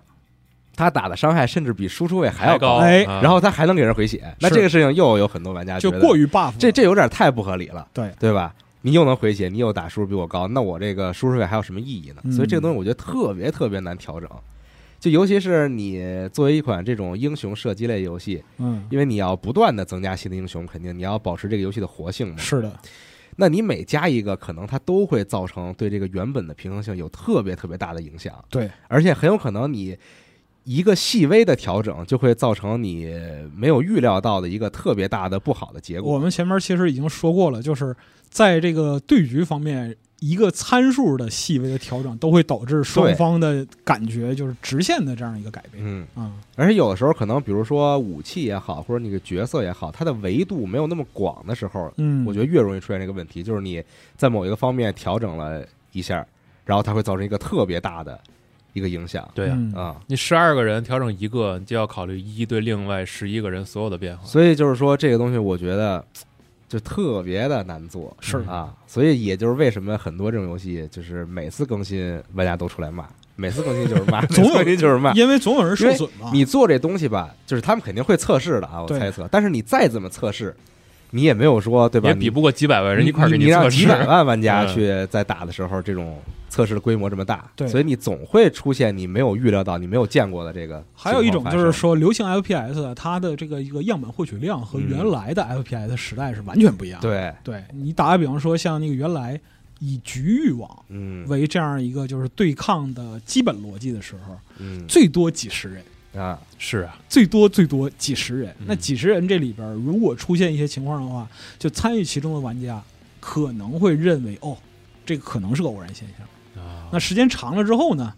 他打的伤害甚至比输出位还要高，高，哎啊然后他还能给人回血。那是这个事情又有很多玩家就觉得过于 buff，了这这有点太不合理了，对对吧？你又能回血，你又打输入比我高，那我这个输出费还有什么意义呢？嗯所以这个东西我觉得特别特别难调整，就尤其是你作为一款这种英雄射击类游戏，嗯，因为你要不断的增加新的英雄，肯定你要保持这个游戏的活性嘛。是的，那你每加一个，可能它都会造成对这个原本的平衡性有特别特别大的影响，对，而且很有可能你一个细微的调整就会造成你没有预料到的一个特别大的不好的结我果。们前面其实已经说过了，就是在这个对局方面，一个参数的细微的调整都会导致双对方的感觉就是直线的这样一个改变嗯，啊、而且有的时候可能，比如说武器也好，或者你的角色也好，它的维度没有那么广的时候，嗯，我觉得越容易出现这个问题，就是你在某一个方面调整了一下，然后它会造成一个特别大的一个影响对呀、嗯啊。你十二个人调整一个，你就要考虑一对另外十一个人所有的变化。所以就是说，这个东西我觉得就特别的难做，是的啊，所以也就是为什么很多这种游戏，就是每次更新玩家都出来骂，每次更新就是骂，每 总次有更新就是骂。因为总有人受损嘛。你做这东西吧，就是他们肯定会测试的啊，我对猜测。但是你再怎么测试，你也没有说对吧？也比不过几百万人一块儿你给你测让试几。百万玩家嗯去在打的时候，这种测试的规模这么大，对所以你总会出现你没有预料到、你没有见过的这个。还有一种就是，说，流行 FPS 啊它的这个一个样本获取量和原来的 FPS 时代是完全不一样的。嗯对，对，你打个比方说，像那个原来以局域网嗯为这样一个就是对抗的基本逻辑的时候，嗯最多几十人，啊，是啊，最多最多几十人。嗯那几十人这里边，如果出现一些情况的话，就参与其中的玩家可能会认为，哦，这个可能是个偶然现象。啊那时间长了之后呢，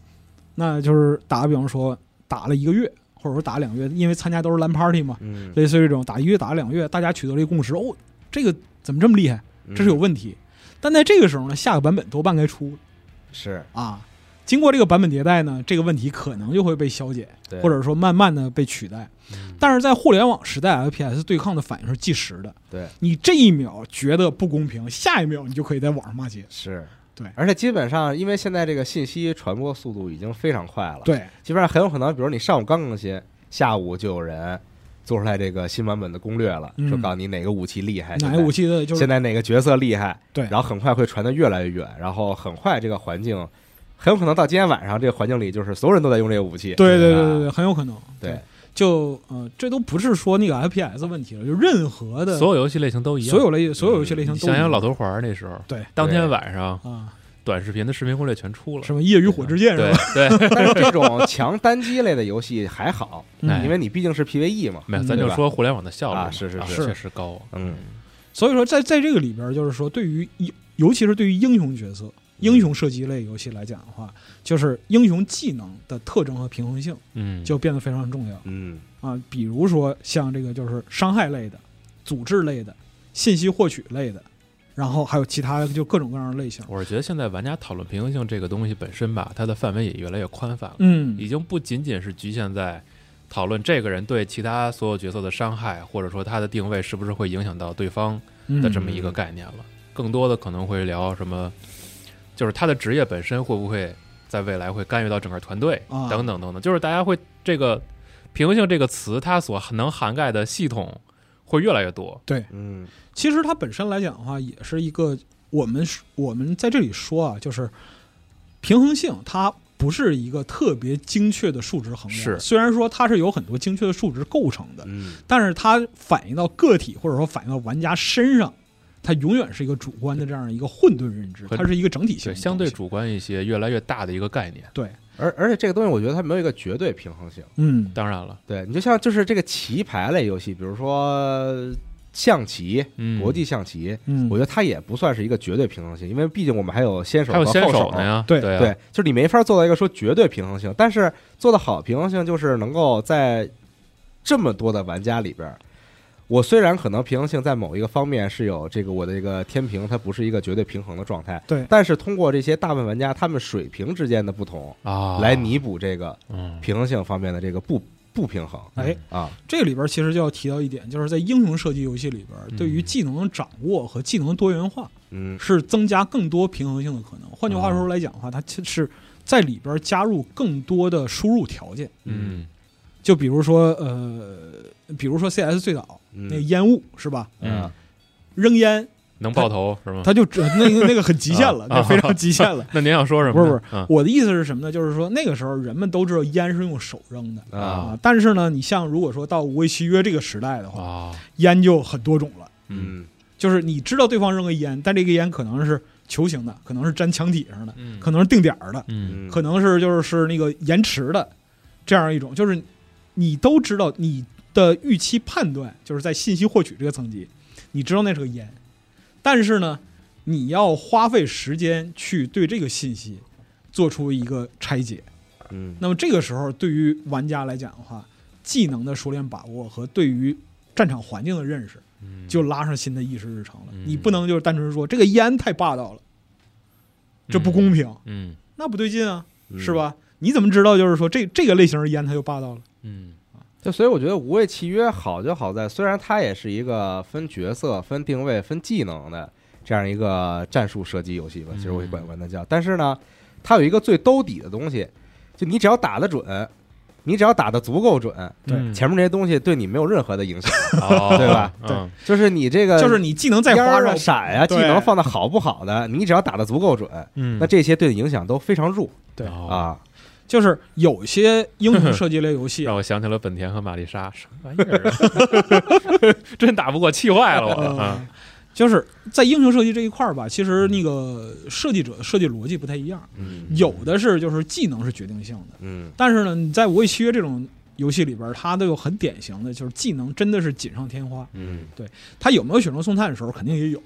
那就是打个比方说打了一个月，或者说打两个月，因为参加都是蓝 party 嘛，嗯，类似于这种打一个月打两个月，大家取得了一个共识，哦，这个怎么这么厉害？这是有嗯问题。但在这个时候呢，下个版本多半该出是了啊。经过这个版本迭代呢，这个问题可能就会被消解，对嗯或者说慢慢的被取代。但是在互联网时代，FPS 对抗的反应是即时的。对你这一秒觉得不公平，下一秒你就可以在网上骂街。是，对而且基本上因为现在这个信息传播速度已经非常快了，，对，基本上很有可能，比如你上午刚更新，下午就有人做出来这个新版本的攻略了，嗯说告诉你哪个武器厉害，哪个武器、器的就是现在哪个角色厉害，对然后很快会传得越来越远，然后很快这个环境。很有可能到今天晚上，这个环境里就是所有人都在用这个武器。对对对吧对对，很有可能。对，就呃，这都不是说那个 FPS 问题了，就任何的所有游戏类型都一样。所有类所有游戏类型你都想想一老样头环儿那时候，对当天晚上啊，短视频的视频攻略全出了。什么业余火之剑是对吧？ 对，但是这种强单机类的游戏还 好，嗯哎因为你毕竟是 PVE 嘛。没有，咱就说互联网的效率嘛啊是是啊是确实高啊。嗯，所以说在在这个里边，就是说对于一尤其是对于英雄角色、英雄射击类游戏来讲的话，就是英雄技能的特征和平衡性嗯，就变得非常重要嗯，啊。比如说像这个就是伤害类的、组织类的、信息获取类的，然后还有其他就各种各样的类型。我是觉得现在玩家讨论平衡性这个东西本身吧，它的范围也越来越宽泛了，嗯，已经不仅仅是局限在讨论这个人对其他所有角色的伤害，或者说他的定位是不是会影响到对方嗯的这么一个概念了。更多的可能会聊什么，就是他的职业本身会不会在未来会干预到整个团队啊等等等等，就是大家会这个平衡性这个词，它所能涵盖的系统会越来越多。嗯，其实它本身来讲的话，也是一个我们我们在这里说啊，就是平衡性，它不是一个特别精确的数值衡量。是虽然说它是由很多精确的数值构成的，嗯，但是它反映到个体或者说反映到玩家身上，它永远是一个主观的这样一个混沌认知，和它是一个整体性对，的东西相对主观一些，越来越大的一个概念。对，而而且这个东西，我觉得它没有一个绝对平衡性。嗯，当然了，对你就像就是这个棋牌类游戏，比如说象棋、嗯，国际象棋，嗯，我觉得它也不算是一个绝对平衡性，因为毕竟我们还有先手还有和后先手手呢。呀，对对啊对，就是你没法做到一个说绝对平衡性，但是做的好平衡性就是能够在这么多的玩家里边儿，我虽然可能平衡性在某一个方面是有这个我的这个天平，它不是一个绝对平衡的状态，对但是通过这些大部分玩家他们水平之间的不同，啊，来弥补这个嗯，平衡性方面的这个不不平衡哎，啊，这里边其实就要提到一点，就是在英雄射击游戏里边，对于嗯技能掌握和技能多元化，嗯，是增加更多平衡性的可能。换句话说来讲的话，它其实是在里边加入更多的输入条件，嗯就比如说呃，比如说 CS 最早那个嗯烟雾是吧？嗯嗯扔烟能爆头是吗？他就只那个那个很极限了，啊那非常极限了。那您想说什么不是呢？不是嗯，我的意思是什么呢？就是说那个时候人们都知道烟是用手扔的啊，但是呢，你像如果说到无畏契约这个时代的话，啊，烟就很多种了。嗯就是你知道对方扔个烟，但这个烟可能是球形的，可能是粘墙体上的，嗯，可能是定点儿的，嗯嗯，可能是就是是那个延迟的，这样一种，就是你都知道你的预期判断，就是在信息获取这个层级，你知道那是个烟，但是呢，你要花费时间去对这个信息做出一个拆解。嗯那么这个时候，对于玩家来讲的话，技能的熟练把握和对于战场环境的认识，嗯就拉上新的议事日程了嗯。你不能就是单纯说这个烟太霸道了，这不公平，嗯那不对劲啊，嗯是？吧？你怎么知道就是说这这个类型的烟它就霸道了？嗯就所以我觉得《无畏契约》好就好在，虽然它也是一个分角色、分定位、分技能的这样一个战术射击游戏吧，其实我也嗯管管它叫，但是呢，它有一个最兜底的东西，就你只要打得准，你只要打得足够准，对 嗯前面这些东西对你没有任何的影响，哦对吧？嗯就是你这个就是你技能再呃烟花儿哨啊、，闪啊，技对能放的好不好的，你只要打得足够准，嗯，那这些对你影响都非常弱对哦，啊。就是有些英雄射击类 游戏让。我想起了本田和玛丽莎，什么玩意儿啊？ 真打不过，气坏了我呃啊！，嗯就是在英雄射击这一块儿吧，其实那个设计者的设计逻辑不太一样，嗯有的是就是技能是决定性的，嗯但是呢，你在《无畏契约》这种游戏里边儿，它都有很典型的，就是技能真的是锦上添花。嗯它有没有雪中送炭的时候，肯定也有。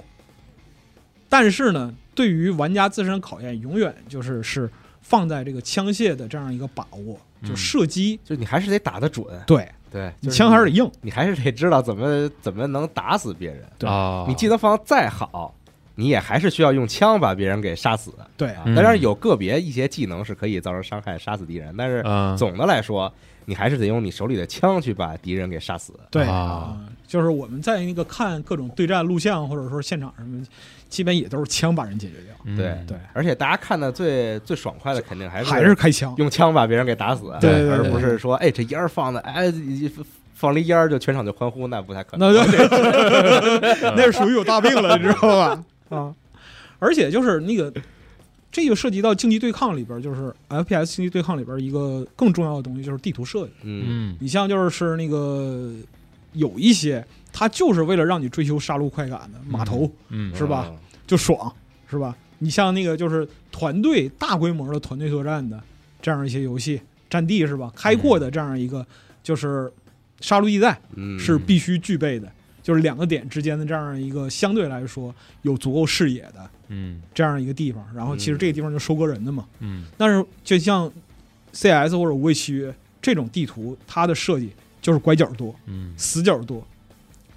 但是呢，对于玩家自身的考验，永远就是是放在这个枪械的这样一个把握，嗯就射击，就你还是得打得准，对对，你就是枪还是得硬，你还是得知道怎么怎么能打死别人。嗯对啊，你技能放得再好，你也还是需要用枪把别人给杀死。对啊啊，嗯当然有个别一些技能是可以造成伤害、杀死敌人，但是嗯总的来说，你还是得用你手里的枪去把敌人给杀死。对啊嗯就是我们在那个看各种对战录像，或者说现场什么，基本也都是枪把人解决掉，嗯对对，而且大家看的最最爽快的，肯定还是还是开枪，用枪把别人给打死，对对对而不是说哎这烟儿放的哎一放了一烟儿就全场就欢呼，那不太可能。那那嗯 那是属于有大病了，你知道吧？啊，而且就是那个，这就涉及到竞技对抗里边儿，就是 FPS 竞技对抗里边儿一个更重要的东西，就是地图设计。嗯嗯你像就是是那个有一些，它就是为了让你追求杀戮快感的码头嗯是吧？就爽，是吧？你像那个就是团队大规模的团队作战的这样一些游戏，战地是吧？开阔的这样一个就是杀戮地带。嗯是必须具备的，就是两个点之间的这样一个相对来说有足够视野的嗯这样一个地方。然后嗯其实这个地方就收割人的嘛。嗯但是就像 CS 或者无畏契约这种地图，它的设计就是拐角多，嗯死角多，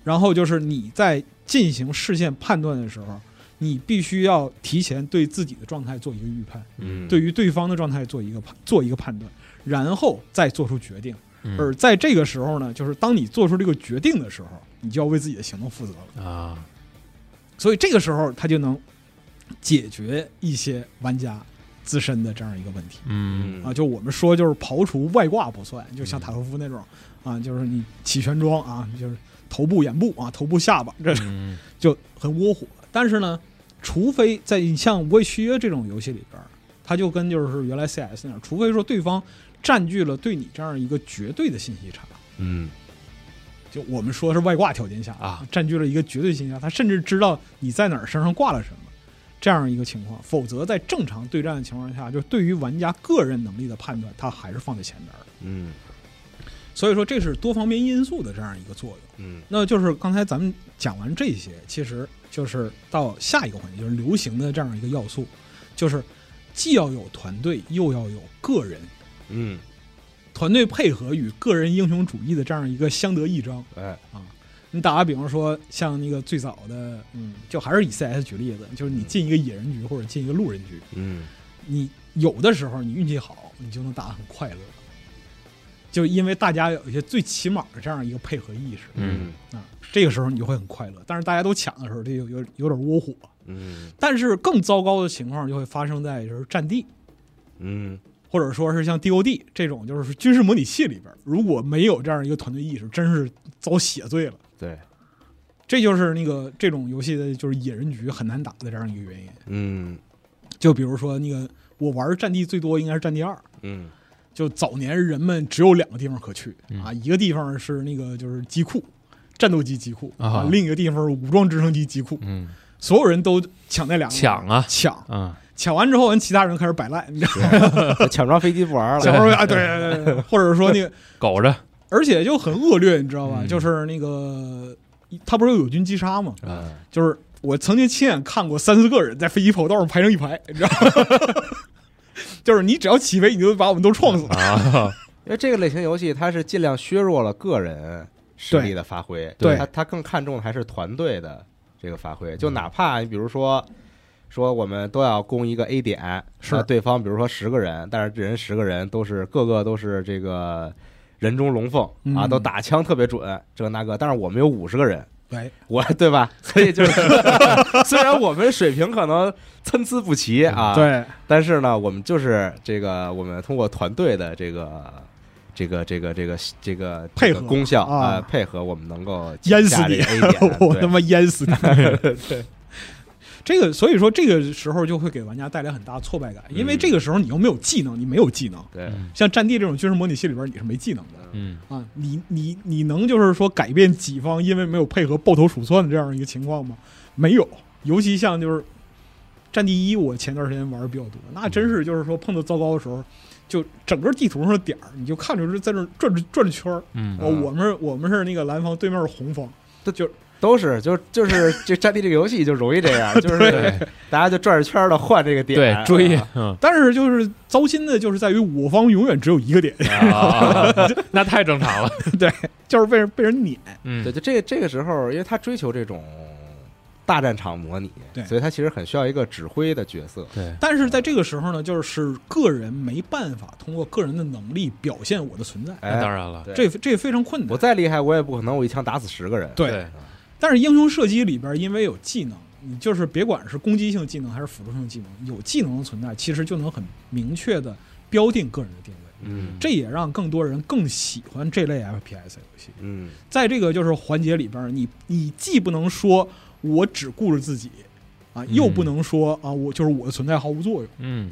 然后就是你在进行视线判断的时候。你必须要提前对自己的状态做一个预判，嗯对于对方的状态做一个判做一个判断，然后再做出决定。嗯而在这个时候呢，就是当你做出这个决定的时候，你就要为自己的行动负责了。啊，所以这个时候，他就能解决一些玩家自身的这样一个问题嗯啊。就我们说，就是刨除外挂不算，就像塔科夫那种啊，就是你起全装啊，就是头部、眼部啊，头部、下巴，这嗯就很窝火。但是呢，除非在你像《无畏契约》这种游戏里边儿，它就跟就是原来 CS 那样，除非说对方占据了对你这样一个绝对的信息差。嗯就我们说是外挂条件下啊，占据了一个绝对信息，他甚至知道你在哪儿身上挂了什么，这样一个情况。否则，在正常对战的情况下，就对于玩家个人能力的判断，他还是放在前边儿的。嗯所以说，这是多方面因素的这样一个作用。嗯那就是刚才咱们讲完这些，其实就是到下一个环节，就是流行的这样一个要素，就是既要有团队，又要有个人，嗯，团队配合与个人英雄主义的这样一个相得益彰。哎你打个比方说，像那个最早的，嗯，就还是以 CS 举例子，就是你进一个野人局或者进一个路人局，嗯你有的时候你运气好，你就能打得很快乐，就因为大家有一些最起码的这样一个配合意识嗯啊，这个时候你就会很快乐。但是大家都抢的时候，这有有有点窝火。嗯但是更糟糕的情况就会发生在就是战地，嗯或者说是像 DOD 这种就是军事模拟器里边，如果没有这样一个团队意识，真是遭血罪了。对这就是那个这种游戏的就是野人局很难打的这样一个原因。嗯就比如说那个我玩战地最多应该是战地二，嗯就早年人们只有两个地方可去嗯啊，一个地方是那个就是机库，战斗机机库啊另一个地方是武装直升机机库，嗯，所有人都抢那两个抢啊抢啊，抢完之后，人其他人开始摆烂，你知道 吗？对，抢不着飞机不玩 小了，时候啊，对对对对对，或者说那个，苟着而且就很恶劣，你知道吧？嗯就是那个，他不是有友军击杀吗？啊，就是我曾经亲眼看过三四个人在飞机跑道上排成一排，你知道吗？ 就是你只要起飞，你就把我们都撞死。啊，因为这个类型游戏它是尽量削弱了个人实力的发挥，对嗯它它更看重的还是团队的这个发挥，就哪怕你比如说。说我们都要攻一个 A 点，是那对方比如说十个人，但是这人十个人都是个个都是这个人中龙凤、啊，嗯都打枪特别准，这个那个，但是我们有五十个人，哎，我对吧？所以就是， 虽然我们水平可能参差不齐啊，， 对，但是呢，我们就是这个，我们通过团队的这个。这个这个这个这个配合这个功效啊呃配合我们能够淹死下这你个 A 点我对他妈淹死你！ 这个，所以说这个时候就会给玩家带来很大的挫败感，因为嗯这个时候你又没有技能，你没有技能。对，像战地这种军事模拟器里边，你是没技能的嗯啊！你你你能就是说改变己方因为没有配合抱头鼠窜的这样一个情况吗？没有，尤其像就是《战地一》，我前段时间玩的比较多，那真是就是说碰到糟糕的时候，就整个地图上的点儿，你就看着就是在那儿转着转着圈儿。哦嗯我嗯我们是我们是那个蓝方，对面是红方，都是就就是这战地这个游戏就容易这样，就是对大家就转着圈的换这个点，对追啊，嗯但是就是糟心的就是在于我方永远只有一个点， 啊， 那太正常了，就是被人被人撵。嗯对，就这这个时候，因为他追求这种大战场模拟对，所以他其实很需要一个指挥的角色，对，但是在这个时候呢，就是个人没办法通过个人的能力表现我的存在，那哎，当然了，对这这非常困我难。再厉害，我也不可能我一枪打死十个人。对，对但是英雄射击里边因为有技能，你就是别管是攻击性技能还是辅助性技能，有技能的存在，其实就能很明确的标定个人的定位。嗯这也让更多人更喜欢这类 FPS 游戏。嗯在这个就是环节里边儿，你你既不能说我只顾着自己啊，又不能说啊我就是我的存在毫无作用。嗯，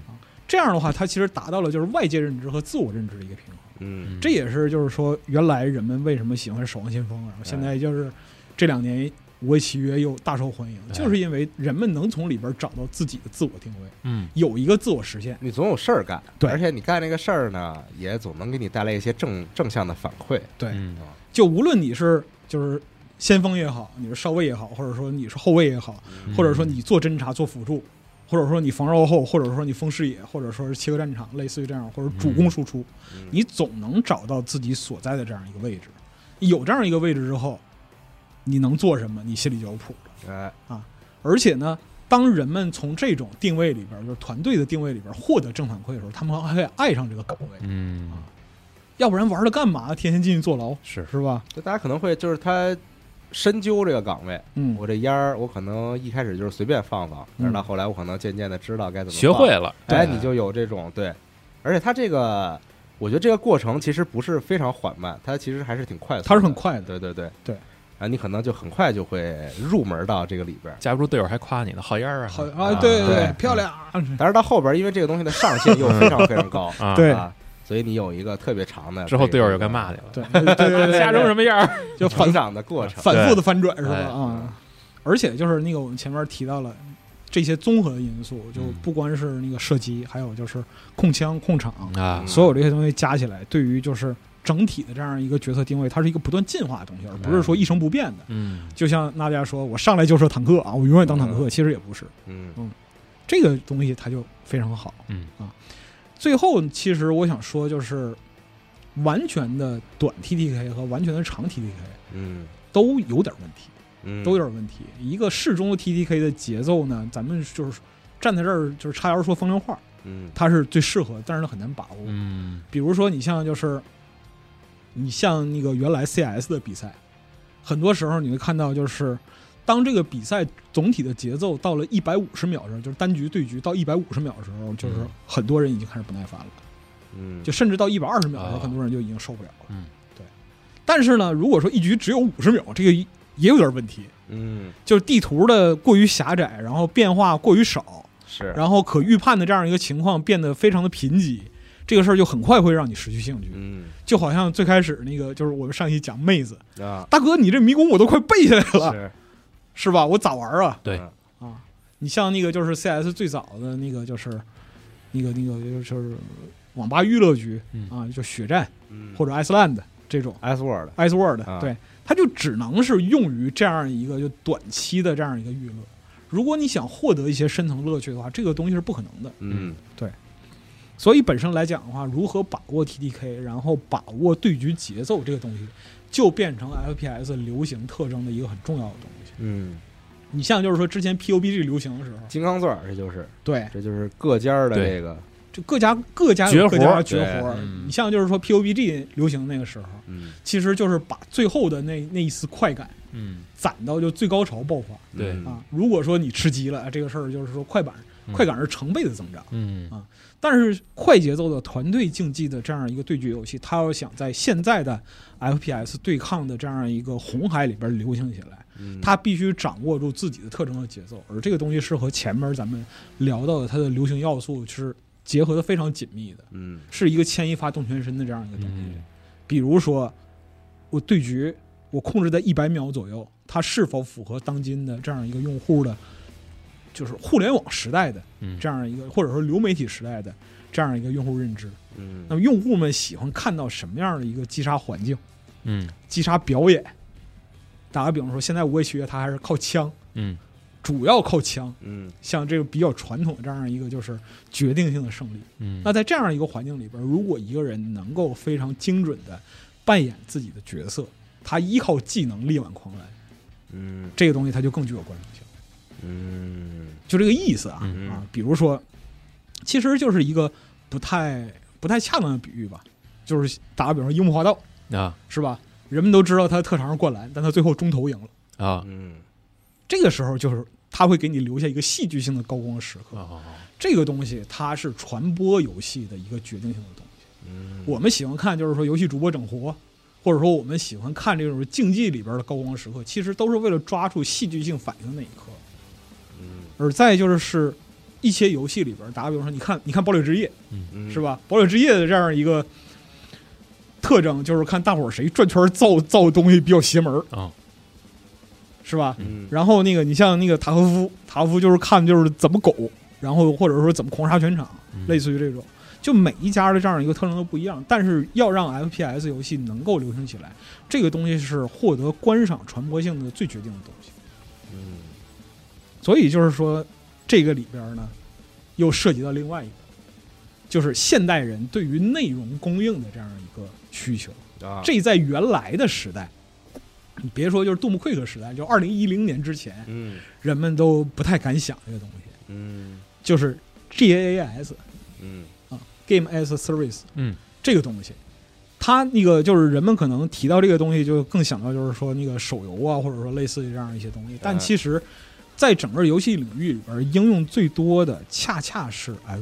这样的话，它其实达到了就是外界认知和自我认知的一个平衡。嗯，这也是就是说，原来人们为什么喜欢《守望先锋》，然后哎现在就是这两年《无畏契约》又大受欢迎，哎就是因为人们能从里边找到自己的自我定位，嗯有一个自我实现。你总有事儿干，对而且你干这个事儿呢，也总能给你带来一些正正向的反馈。对，嗯就无论你是就是先锋也好，你是少尉也好，或者说你是后卫也好，嗯或者说你做侦察、做辅助，或者说你防绕后，或者说你封视野，或者说是切割战场，类似于这样，或者主攻输出，嗯你总能找到自己所在的这样一个位置。有这样一个位置之后，你能做什么，你心里就有谱了。哎，而且呢，当人们从这种定位里边，就是团队的定位里边获得正反馈的时候，他们还会爱上这个岗位，嗯要不然玩了干嘛？天天进去坐牢是是吧？就大家可能会就是他深究这个岗位，嗯，我这烟儿，我可能一开始就是随便放放，但是到后来我可能渐渐的知道该怎么放学会，了，哎，对你就有这种对，而且他这个，我觉得这个过程其实不是非常缓慢，它其实还是挺快速的，它是很快的。对对对对，啊，你可能就很快就会入门到这个里边儿。架不住队友还夸你呢，好样儿啊，好啊，啊，，对对对，漂亮啊！但是到后边儿，因为这个东西的上限又非常非常高啊，对啊，所以你有一个特别长的之后这个队友又该骂你了，对对对对对，瞎扔什么样儿？就成反长的过程。反复的翻转是吧？哎啊，而且就是那个我们前面提到了这些综合的因素，就不光是那个射击，还有就是控枪、控场，啊嗯所有这些东西加起来，对于就是整体的这样一个角色定位，它是一个不断进化的东西，而不是说一成不变的。嗯就像娜迦说，我上来就是坦克啊，我永远当坦克，其实也不是嗯这个东西，它就非常好。啊嗯最后，其实我想说就是，完全的短 TTK 和完全的长 TTK 嗯都有点问题。嗯，都有点问题。一个适中的 TTK 的节奏呢，咱们就是站在这儿就是插腰说风凉话，嗯它是最适合，但是它很难把握。嗯比如说，你像就是你像那个原来 CS 的比赛，很多时候你会看到就是。当这个比赛总体的节奏到了一百五十秒的时候，就是单局对局到一百五十秒的时候，就是嗯很多人已经开始不耐烦了。嗯就甚至到一百二十秒的时候，啊很多人就已经受不了了。嗯，对。但是呢，如果说一局只有五十秒，这个也有点问题，嗯，就是地图的过于狭窄，然后变化过于少，是，然后可预判的这样一个情况变得非常的贫瘠，这个事儿就很快会让你失去兴趣。嗯就好像最开始那个，就是我们上一期讲妹子， 啊，大哥，你这迷宫我都快背下来了，是，是吧？我咋玩啊？对嗯啊，你像那个就是 CS 最早的那个就是，那个那个就是网吧娱乐局、嗯啊，就血战嗯，或者 Iceland 这种 S Word， Ice World，、啊对，它就只能是用于这样一个就短期的这样一个娱乐。如果你想获得一些深层乐趣的话，这个东西是不可能的。嗯所以本身来讲的话，如何把握 TDK，然后把握对局节奏这个东西，就变成 FPS 流行特征的一个很重要的东西。嗯，你像就是说之前 PUBG 流行的时候，金刚钻儿，这就是，对，这就是各家儿的对这个，就各家各家绝有活各家的绝活对嗯你像就是说 PUBG 流行那个时候，嗯，其实就是把最后的那那一丝快感嗯，攒到就最高潮爆发对嗯啊。如果说你吃鸡了，啊这个事儿就是说快板嗯快感是成倍的增长。嗯但是快节奏的团队竞技的这样一个对局游戏，它要想在现在的 FPS 对抗的这样一个红海里边流行起来，嗯它必须掌握住自己的特征和节奏，而这个东西是和前面咱们聊到的它的流行要素是结合的非常紧密的，嗯是一个牵一发动全身的这样一个东西。嗯比如说，我对局我控制在一百秒左右，它是否符合当今的这样一个用户的，就是互联网时代的嗯，这样一个，或者说流媒体时代的这样一个用户认知。嗯那么用户们喜欢看到什么样的一个击杀环境、嗯击杀表演？打个比方说，现在我也学，它还是靠枪，嗯主要靠枪，嗯像这个比较传统的这样一个就是决定性的胜利。嗯，那在这样一个环境里边，如果一个人能够非常精准的扮演自己的角色，他依靠技能力挽狂澜，嗯这个东西它就更具有观赏性。嗯就这个意思啊、嗯啊，比如说，其实就是一个不太不太恰当的比喻吧，就是打个比方说樱木花道啊是吧？人们都知道他的特长是灌篮，但他最后中投赢了。啊嗯这个时候就是他会给你留下一个戏剧性的高光时刻。啊，这个东西它是传播游戏的一个决定性的东西。嗯，我们喜欢看就是说游戏主播整活，或者说我们喜欢看这种竞技里边的高光时刻，其实都是为了抓住戏剧性反应的那一刻。嗯而再就是是一些游戏里边，打个比方说，你看你看《堡垒之夜》嗯是？吧？《堡垒之夜》的这样一个特征就是看大伙儿谁转圈儿造造东西比较邪门儿哦是吧？嗯然后那个你像那个塔科夫，塔科夫就是看就是怎么狗，然后或者说怎么狂杀全场，嗯类似于这种。就每一家的这样一个特征都不一样，但是要让 FPS 游戏能够流行起来，这个东西是获得观赏传播性的最决定的东西。嗯所以就是说，这个里边呢，又涉及到另外一个，就是现代人对于内容供应的这样一个需求。啊，这在原来的时代，你别说就是杜牧 q u 时代，就二零一零年之前，嗯人们都不太敢想这个东西，嗯就是 GAAS 嗯啊，Game as a Service 嗯这个东西。它那个就是人们可能提到这个东西，就更想到就是说那个手游啊，或者说类似于这样一些东西。但嗯其实，在整个游戏领域里边，应用最多的恰恰是 FPS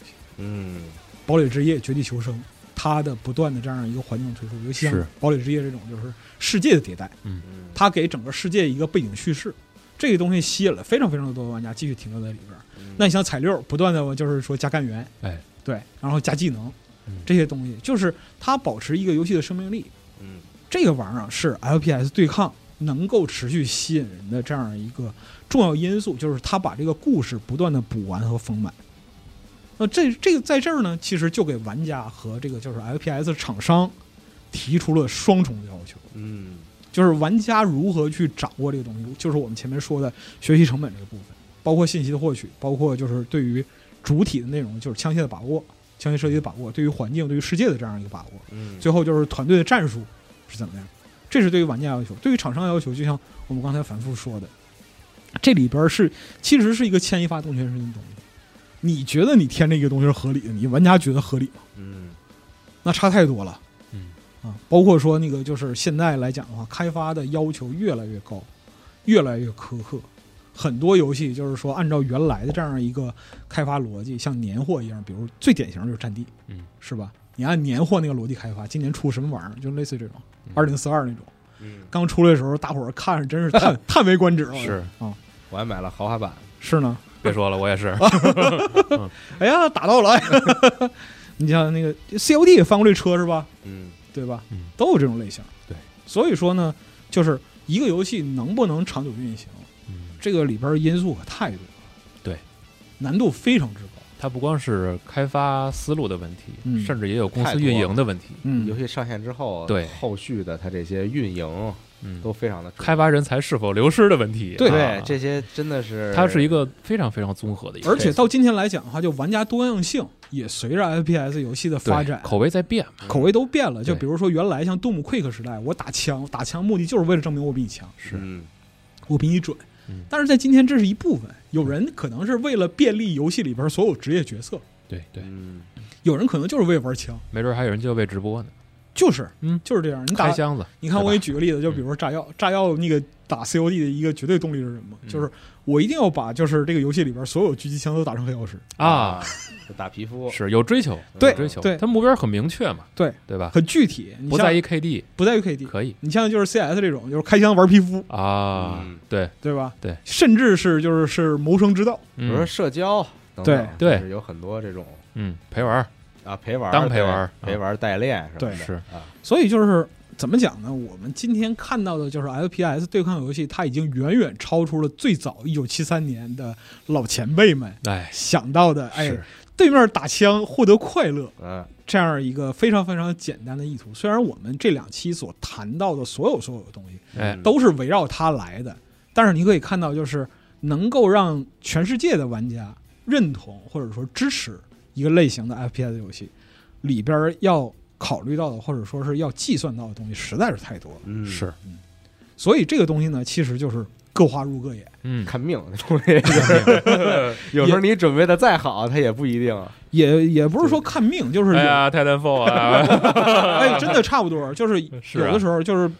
游戏，嗯《堡垒之夜》《绝地求生》，它的不断的这样一个环境推出，尤其像是《堡垒之夜》这种就是世界的迭代，嗯，它给整个世界一个背景叙事，这个东西吸引了非常非常多的玩家继续停留在里边。嗯那你像彩六，不断的就是说加干员，哎，对，然后加技能嗯，这些东西，就是它保持一个游戏的生命力。嗯这个玩意儿啊是 FPS 对抗能够持续吸引人的这样一个重要因素，就是它把这个故事不断的补完和丰满。那这这个在这儿呢，其实就给玩家和这个就是 FPS 厂商提出了双重的要求，嗯就是玩家如何去掌握这个东西，就是我们前面说的学习成本这个部分，包括信息的获取，包括就是对于主体的内容，就是枪械的把握、枪械射击的把握，对于环境、对于世界的这样一个把握。嗯，最后就是团队的战术是怎么样，这是对于玩家要求。对于厂商要求，就像我们刚才反复说的，这里边是其实是一个牵一发动全身的东西。你觉得你添这个东西是合理的，你玩家觉得合理吗？嗯那差太多了嗯啊！包括说那个就是现在来讲的话，开发的要求越来越高，越来越苛刻。很多游戏就是说，按照原来的这样一个开发逻辑，像年货一样，比如最典型的就是《战地》，嗯是吧？你按年货那个逻辑开发，今年出什么玩意儿，就类似这种嗯二零四二那种，嗯，刚出来的时候，大伙儿看着真是 叹叹为观止了。嗯是啊，我还买了豪华版，是呢。别说了，我也是。啊哎呀，打到了！ 哎、你像那个 COD 也翻过这车是吧？嗯，对吧？嗯都有这种类型。对，所以说呢，就是一个游戏能不能长久运行，嗯，这个里边因素可太多了。对，难度非常之高。它不光是开发思路的问题，嗯甚至也有公太司多运营的问题。游嗯，戏上线之后，对后续的它这些运营嗯，都非常的重要开发人才是否流失的问题。对啊对这些真的是它是一个非常非常综合的一个，而且到今天来讲的话，就玩家多样性也随着 FPS 游戏的对发展，口味在变嘛。口味都变了。就对比如说原来像 Doom Quick 时代，我打枪打枪目的就是为了证明我比你强，是嗯我比你准嗯。但是在今天，这是一部分。有人可能是为了便利游戏里边所有职业角色，对对，嗯有人可能就是为玩枪，没准还有人就为直播呢，就是，嗯就是这样。你打开，箱子。你看我对给你吧举个例子，就比如说炸药，炸药那个打 COD 的一个绝对动力是什么？嗯就是我一定要把就是这个游戏里边所有狙击枪都打成黑曜石，啊，，就打皮肤嗯是有追求，对有追求，对它目标很明确嘛，对对吧？很具体，你不像嗯在意 KD 不在于 KD。可以你像就是 CS 这种，就是开枪玩皮肤，啊嗯，对，对吧？对，甚至是就是是谋生之道，比如说嗯社交等等，对对就是有很多这种嗯，陪玩儿啊陪玩儿当陪玩儿啊对陪玩儿代练什么对的，是啊，所以就是怎么讲呢？我们今天看到的就是 FPS 对抗游戏，它已经远远超出了最早一九七三年的老前辈们哎，想到的，哎是，对面打枪获得快乐嗯哎这样一个非常非常简单的意图。虽然我们这两期所谈到的所有所有的东西哎嗯都是围绕它来的，但是你可以看到，就是能够让全世界的玩家认同或者说支持一个类型的 FPS 游戏，里边儿要考虑到的或者说是要计算到的东西实在是太多了。嗯是，所以这个东西呢，其实就是各花入各眼。嗯，看命这东西，就是有时候你准备的再好，它也不一定也也不是说看命，就是有哎呀，泰坦 fall 啊，哎，真的差不多，就是是有啊的时候就是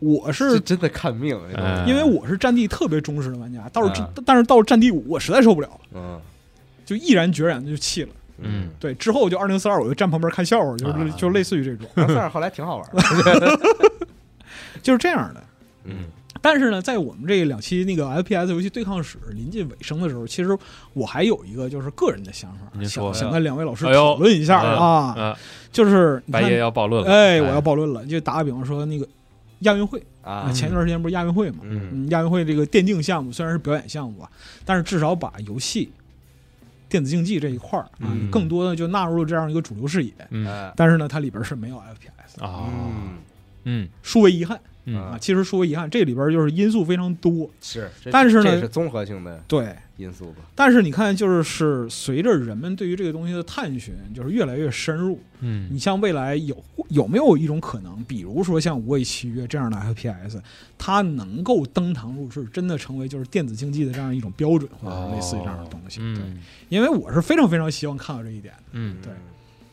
我这是真的看命，这东西嗯因为我是战地特别忠实的玩家，到了这、嗯但是到了战地五我实在受不了了，嗯就毅然决然的就弃了。嗯对，之后就二零四二，我就站旁边看笑话，就是、啊就类似于这种，但是后来挺好玩的，就是这样的。嗯但是呢，在我们这两期那个 FPS 游戏对抗史临近尾声的时候，其实我还有一个就是个人的想法，您说想想跟两位老师哎呦讨论一下嗯啊，啊，就是你白看夜要暴论了，哎，我要暴论了，就打个比方说那个亚运会，啊前段时间不是亚运会嘛，嗯嗯，亚运会这个电竞项目虽然是表演项目吧，但是至少把游戏、电子竞技这一块儿啊，嗯更多的就纳入了这样一个主流视野。嗯哎但是呢，它里边是没有 FPS，的啊，嗯嗯殊为遗憾嗯啊。其实殊为遗憾，这里边就是因素非常多。是，这但是呢这是综合性的对，因素吧，但是你看，就是是随着人们对于这个东西的探寻，就是越来越深入。你嗯像未来有有没有一种可能，比如说像《无畏契约》这样的 FPS，它能够登堂入室，真的成为就是电子竞技的这样一种标准，或者是类似于这样的东西？对，嗯因为我是非常非常希望看到这一点的。嗯对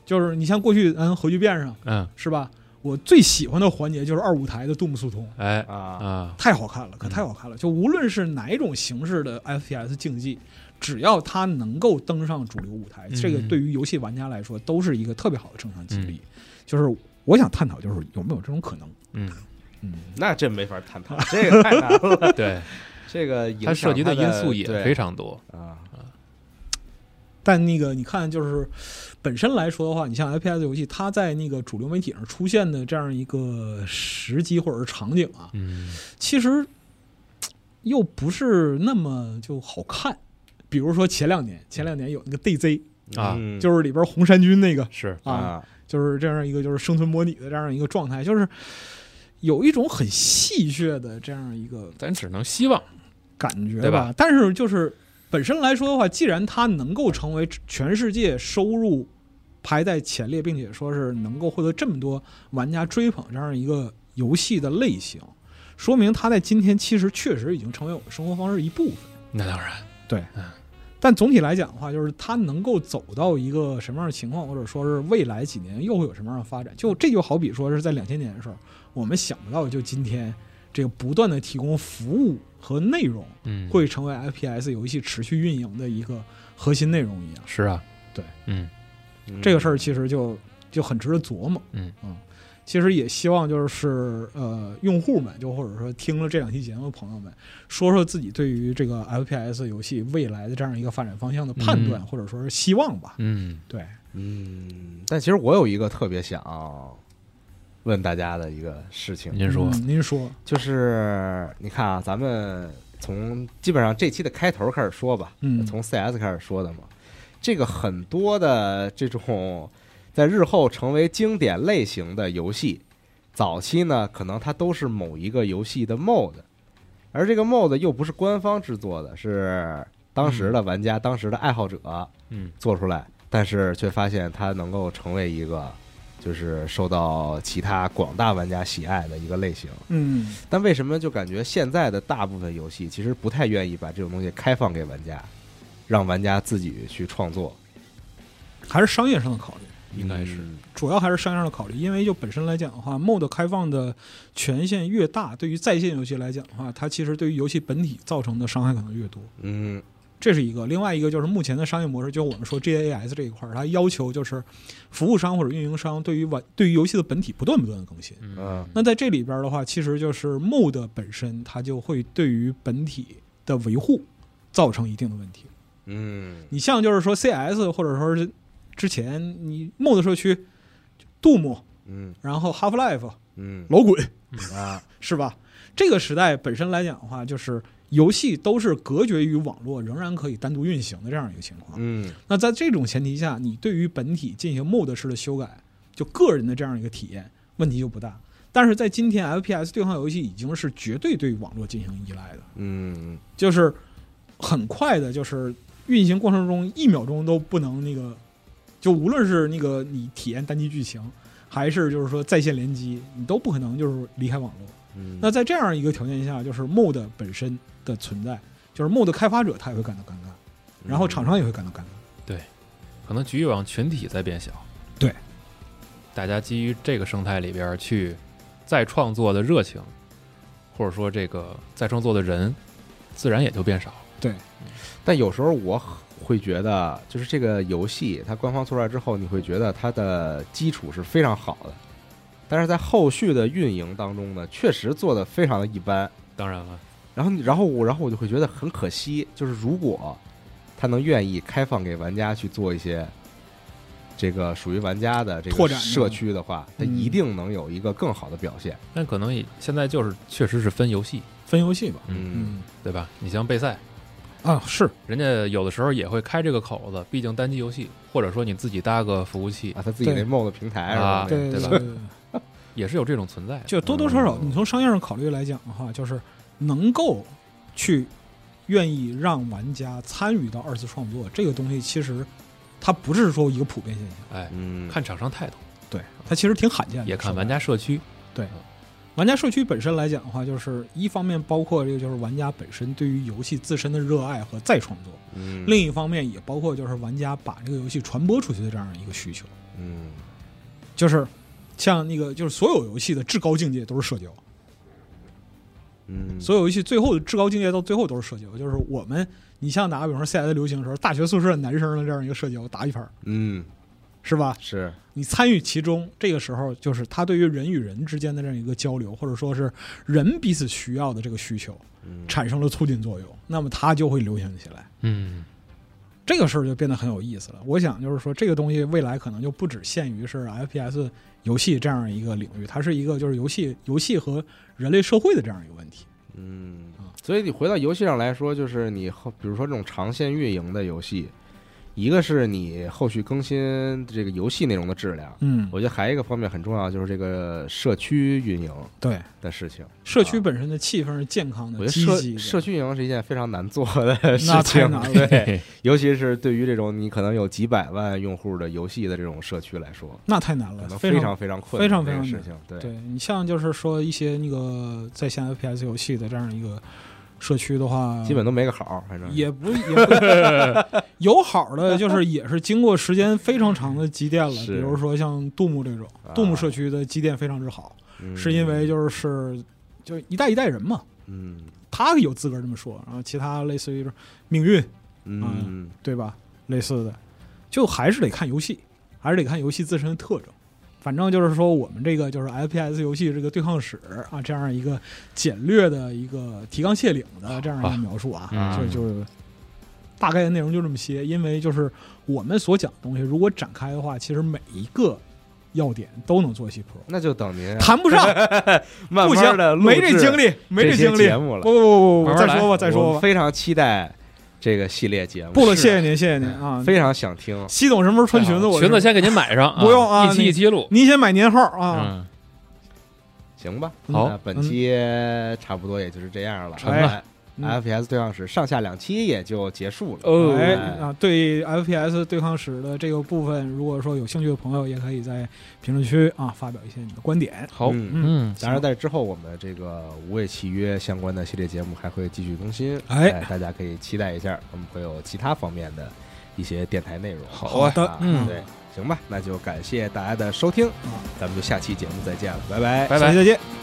就是你像过去咱核聚变上嗯，是吧？我最喜欢的环节就是二舞台的杜牧速通，哎啊，啊，太好看了，可太好看了！就无论是哪一种形式的 FPS 竞技，只要它能够登上主流舞台，嗯这个对于游戏玩家来说都是一个特别好的正向激励。就是我想探讨，就是有没有这种可能？嗯，嗯，那真没法探讨，这个太难 了，对，这个影响它涉及的因素也非常常多，啊，但那个你看，就是本身来说的话，你像 FPS 游戏，它在那个主流媒体上出现的这样一个时机或者是场景啊，嗯其实又不是那么就好看。比如说前两年，前两年有那个 DZ，啊嗯就是里边红衫军那个是，啊，啊，就是这样一个就是生存模拟的这样一个状态，就是有一种很戏谑的这样一个咱只能希望，感觉对吧但是就是本身来说的话，既然它能够成为全世界收入排在前列，并且说是能够获得这么多玩家追捧这样一个游戏的类型，说明它在今天其实确实已经成为我们生活方式一部分。那当然，但总体来讲的话，就是它能够走到一个什么样的情况，或者说是未来几年又会有什么样的发展，就这就好比说是在两千年的时候，我们想不到就今天这个不断的提供服务和内容，嗯，会成为 FPS 游戏持续运营的一个核心内容一样。是啊，对，嗯嗯这个事儿其实就就很值得琢磨。嗯嗯，其实也希望就是呃，用户们就或者说听了这两期节目的朋友们，说说自己对于这个 FPS 游戏未来的这样一个发展方向的判断，嗯或者说是希望吧。嗯，对，嗯，但其实我有一个特别想问大家的一个事情，您说，嗯您说，就是你看啊，咱们从基本上这期的开头开始说吧，嗯从 CS 开始说的嘛。这个很多的这种在日后成为经典类型的游戏，早期呢可能它都是某一个游戏的 MOD，而这个 MOD 又不是官方制作的，是当时的玩家、当时的爱好者嗯做出来，但是却发现它能够成为一个就是受到其他广大玩家喜爱的一个类型。嗯但为什么就感觉现在的大部分游戏其实不太愿意把这种东西开放给玩家，让玩家自己去创作？还是商业上的考虑，应该是嗯主要还是商业上的考虑，因为就本身来讲的话，MOD 开放的权限越大，对于在线游戏来讲的话，它其实对于游戏本体造成的伤害可能越多。嗯这是一个，另外一个就是目前的商业模式，就是我们说 GAS 这一块儿，它要求就是服务商或者运营商对于玩对于游戏的本体不断不断的更新。嗯那在这里边儿的话，其实就是 MOD 本身它就会对于本体的维护造成一定的问题。嗯你像就是说 CS 或者说是之前你 MOD 社区，Doom，嗯然后 Half Life、嗯老滚啊是吧？这个时代本身来讲的话，就是游戏都是隔绝于网络，仍然可以单独运行的这样一个情况。嗯那在这种前提下，你对于本体进行 mod 式的修改，就个人的这样一个体验，问题就不大。但是在今天，FPS 对抗游戏已经是绝对对网络进行依赖的，嗯就是很快的，就是运行过程中一秒钟都不能那个，就无论是那个你体验单机剧情，还是就是说在线联机，你都不可能就是离开网络。嗯，那在这样一个条件下，就是 mod 本身的存在，就是 mod 开发者他也会感到尴尬，然后厂商也会感到尴尬。可能局域网群体在变小，对，大家基于这个生态里边儿去再创作的热情，或者说这个再创作的人，自然也就变少。但有时候我会觉得，就是这个游戏它官方做出来之后，你会觉得它的基础是非常好的，但是在后续的运营当中呢，确实做的非常的一般。当然了，然后你，然后我，然后我就会觉得很可惜，就是如果他能愿意开放给玩家去做一些这个属于玩家的这拓个展的社区的话，他嗯一定能有一个更好的表现。但可能也现在就是确实是分游戏，分游戏吧，嗯，对吧？你像备赛，啊是，人家有的时候也会开这个口子，毕竟单机游戏，或者说你自己搭个服务器，啊，他自己对那 mod 平台啊什么的对对吧对对，也是有这种存在的。就多多少少，嗯你从商业上考虑来讲的话，嗯就是能够去愿意让玩家参与到二次创作这个东西，其实它不是说一个普遍现象，哎，嗯，看厂商态度，对，它其实挺罕见的。也看玩家，家社区。玩家社区本身来讲的话，就是一方面包括这个就是玩家本身对于游戏自身的热爱和再创作，嗯，另一方面也包括就是玩家把这个游戏传播出去的这样一个需求，嗯就是像那个就是所有游戏的至高境界都是社交。嗯，所有游戏最后的至高境界到最后都是社交，就是我们，你像打个比方说 CS 流行的时候，大学宿舍男生的这样一个社交打一盘，嗯是吧？是你参与其中，这个时候就是他对于人与人之间的这样一个交流，或者说是人彼此需要的这个需求嗯产生了促进作用，那么它就会流行起来。嗯，这个事儿就变得很有意思了。我想就是说，这个东西未来可能就不只限于是 FPS 游戏这样一个领域，它是一个就是游戏游戏和人类社会的这样一个问题。嗯啊，所以你回到游戏上来说，就是你后，比如说这种长线运营的游戏，一个是你后续更新这个游戏内容的质量，嗯，我觉得还有一个方面很重要，就是这个社区运营对。的事情。社区本身的气氛是健康啊我的、觉得社呃积极的，社区运营是一件非常难做的事 那太情，难了对，尤其是对于这种你可能有几百万用户的游戏的这种社区来说，那太难可了，能非常非常困非难常这非个常事难情。对对，你像就是说一些那个在线 FPS 游戏的这样一个社区的话，基本都没个好，反正嗯也不 也不 有好的，就是也是经过时间非常长的积淀了，比是如说像杜牧这种，啊杜牧社区的积淀非常之好，是因为就是就一代一代人嘛，嗯他有资格这么说，然后其他类似于说命运嗯对吧，类似的，就还是得看游戏，还是得看游戏自身的特征。反正就是说，我们这个就是 FPS 游戏这个对抗史啊，这样一个简略的一个提纲挈领的这样一个描述啊，啊就嗯就是大概的内容就这么些。因为就是我们所讲的东西，如果展开的话，其实每一个要点都能做戏 pro，那就等您谈不上，慢不啊慢的行，没这精力，没这些精力节。目了不不不不不，慢慢再来说吧，再说我吧。非常期待这个系列节目，不了，是谢谢您，谢谢您啊！非常想听。西总什么时候穿裙子？我裙子是，先给您买上，不用啊一期你一期录。您先买年号啊。嗯，行吧，嗯好那本期差不多也就是这样了。成了嗯 FPS 对抗史上下两期也就结束了。哦哎哎啊，对 FPS 对抗史的这个部分，如果说有兴趣的朋友，也可以在评论区啊发表一些你的观点。好，嗯嗯，当然，在之后我们这个《无畏契约》相关的系列节目还会继续更新，哎大家可以期待一下，我们会有其他方面的一些电台内容。好啊啊嗯对，行吧，那就感谢大家的收听，咱们就下期节目再见了，拜拜。拜下拜期。再见，拜。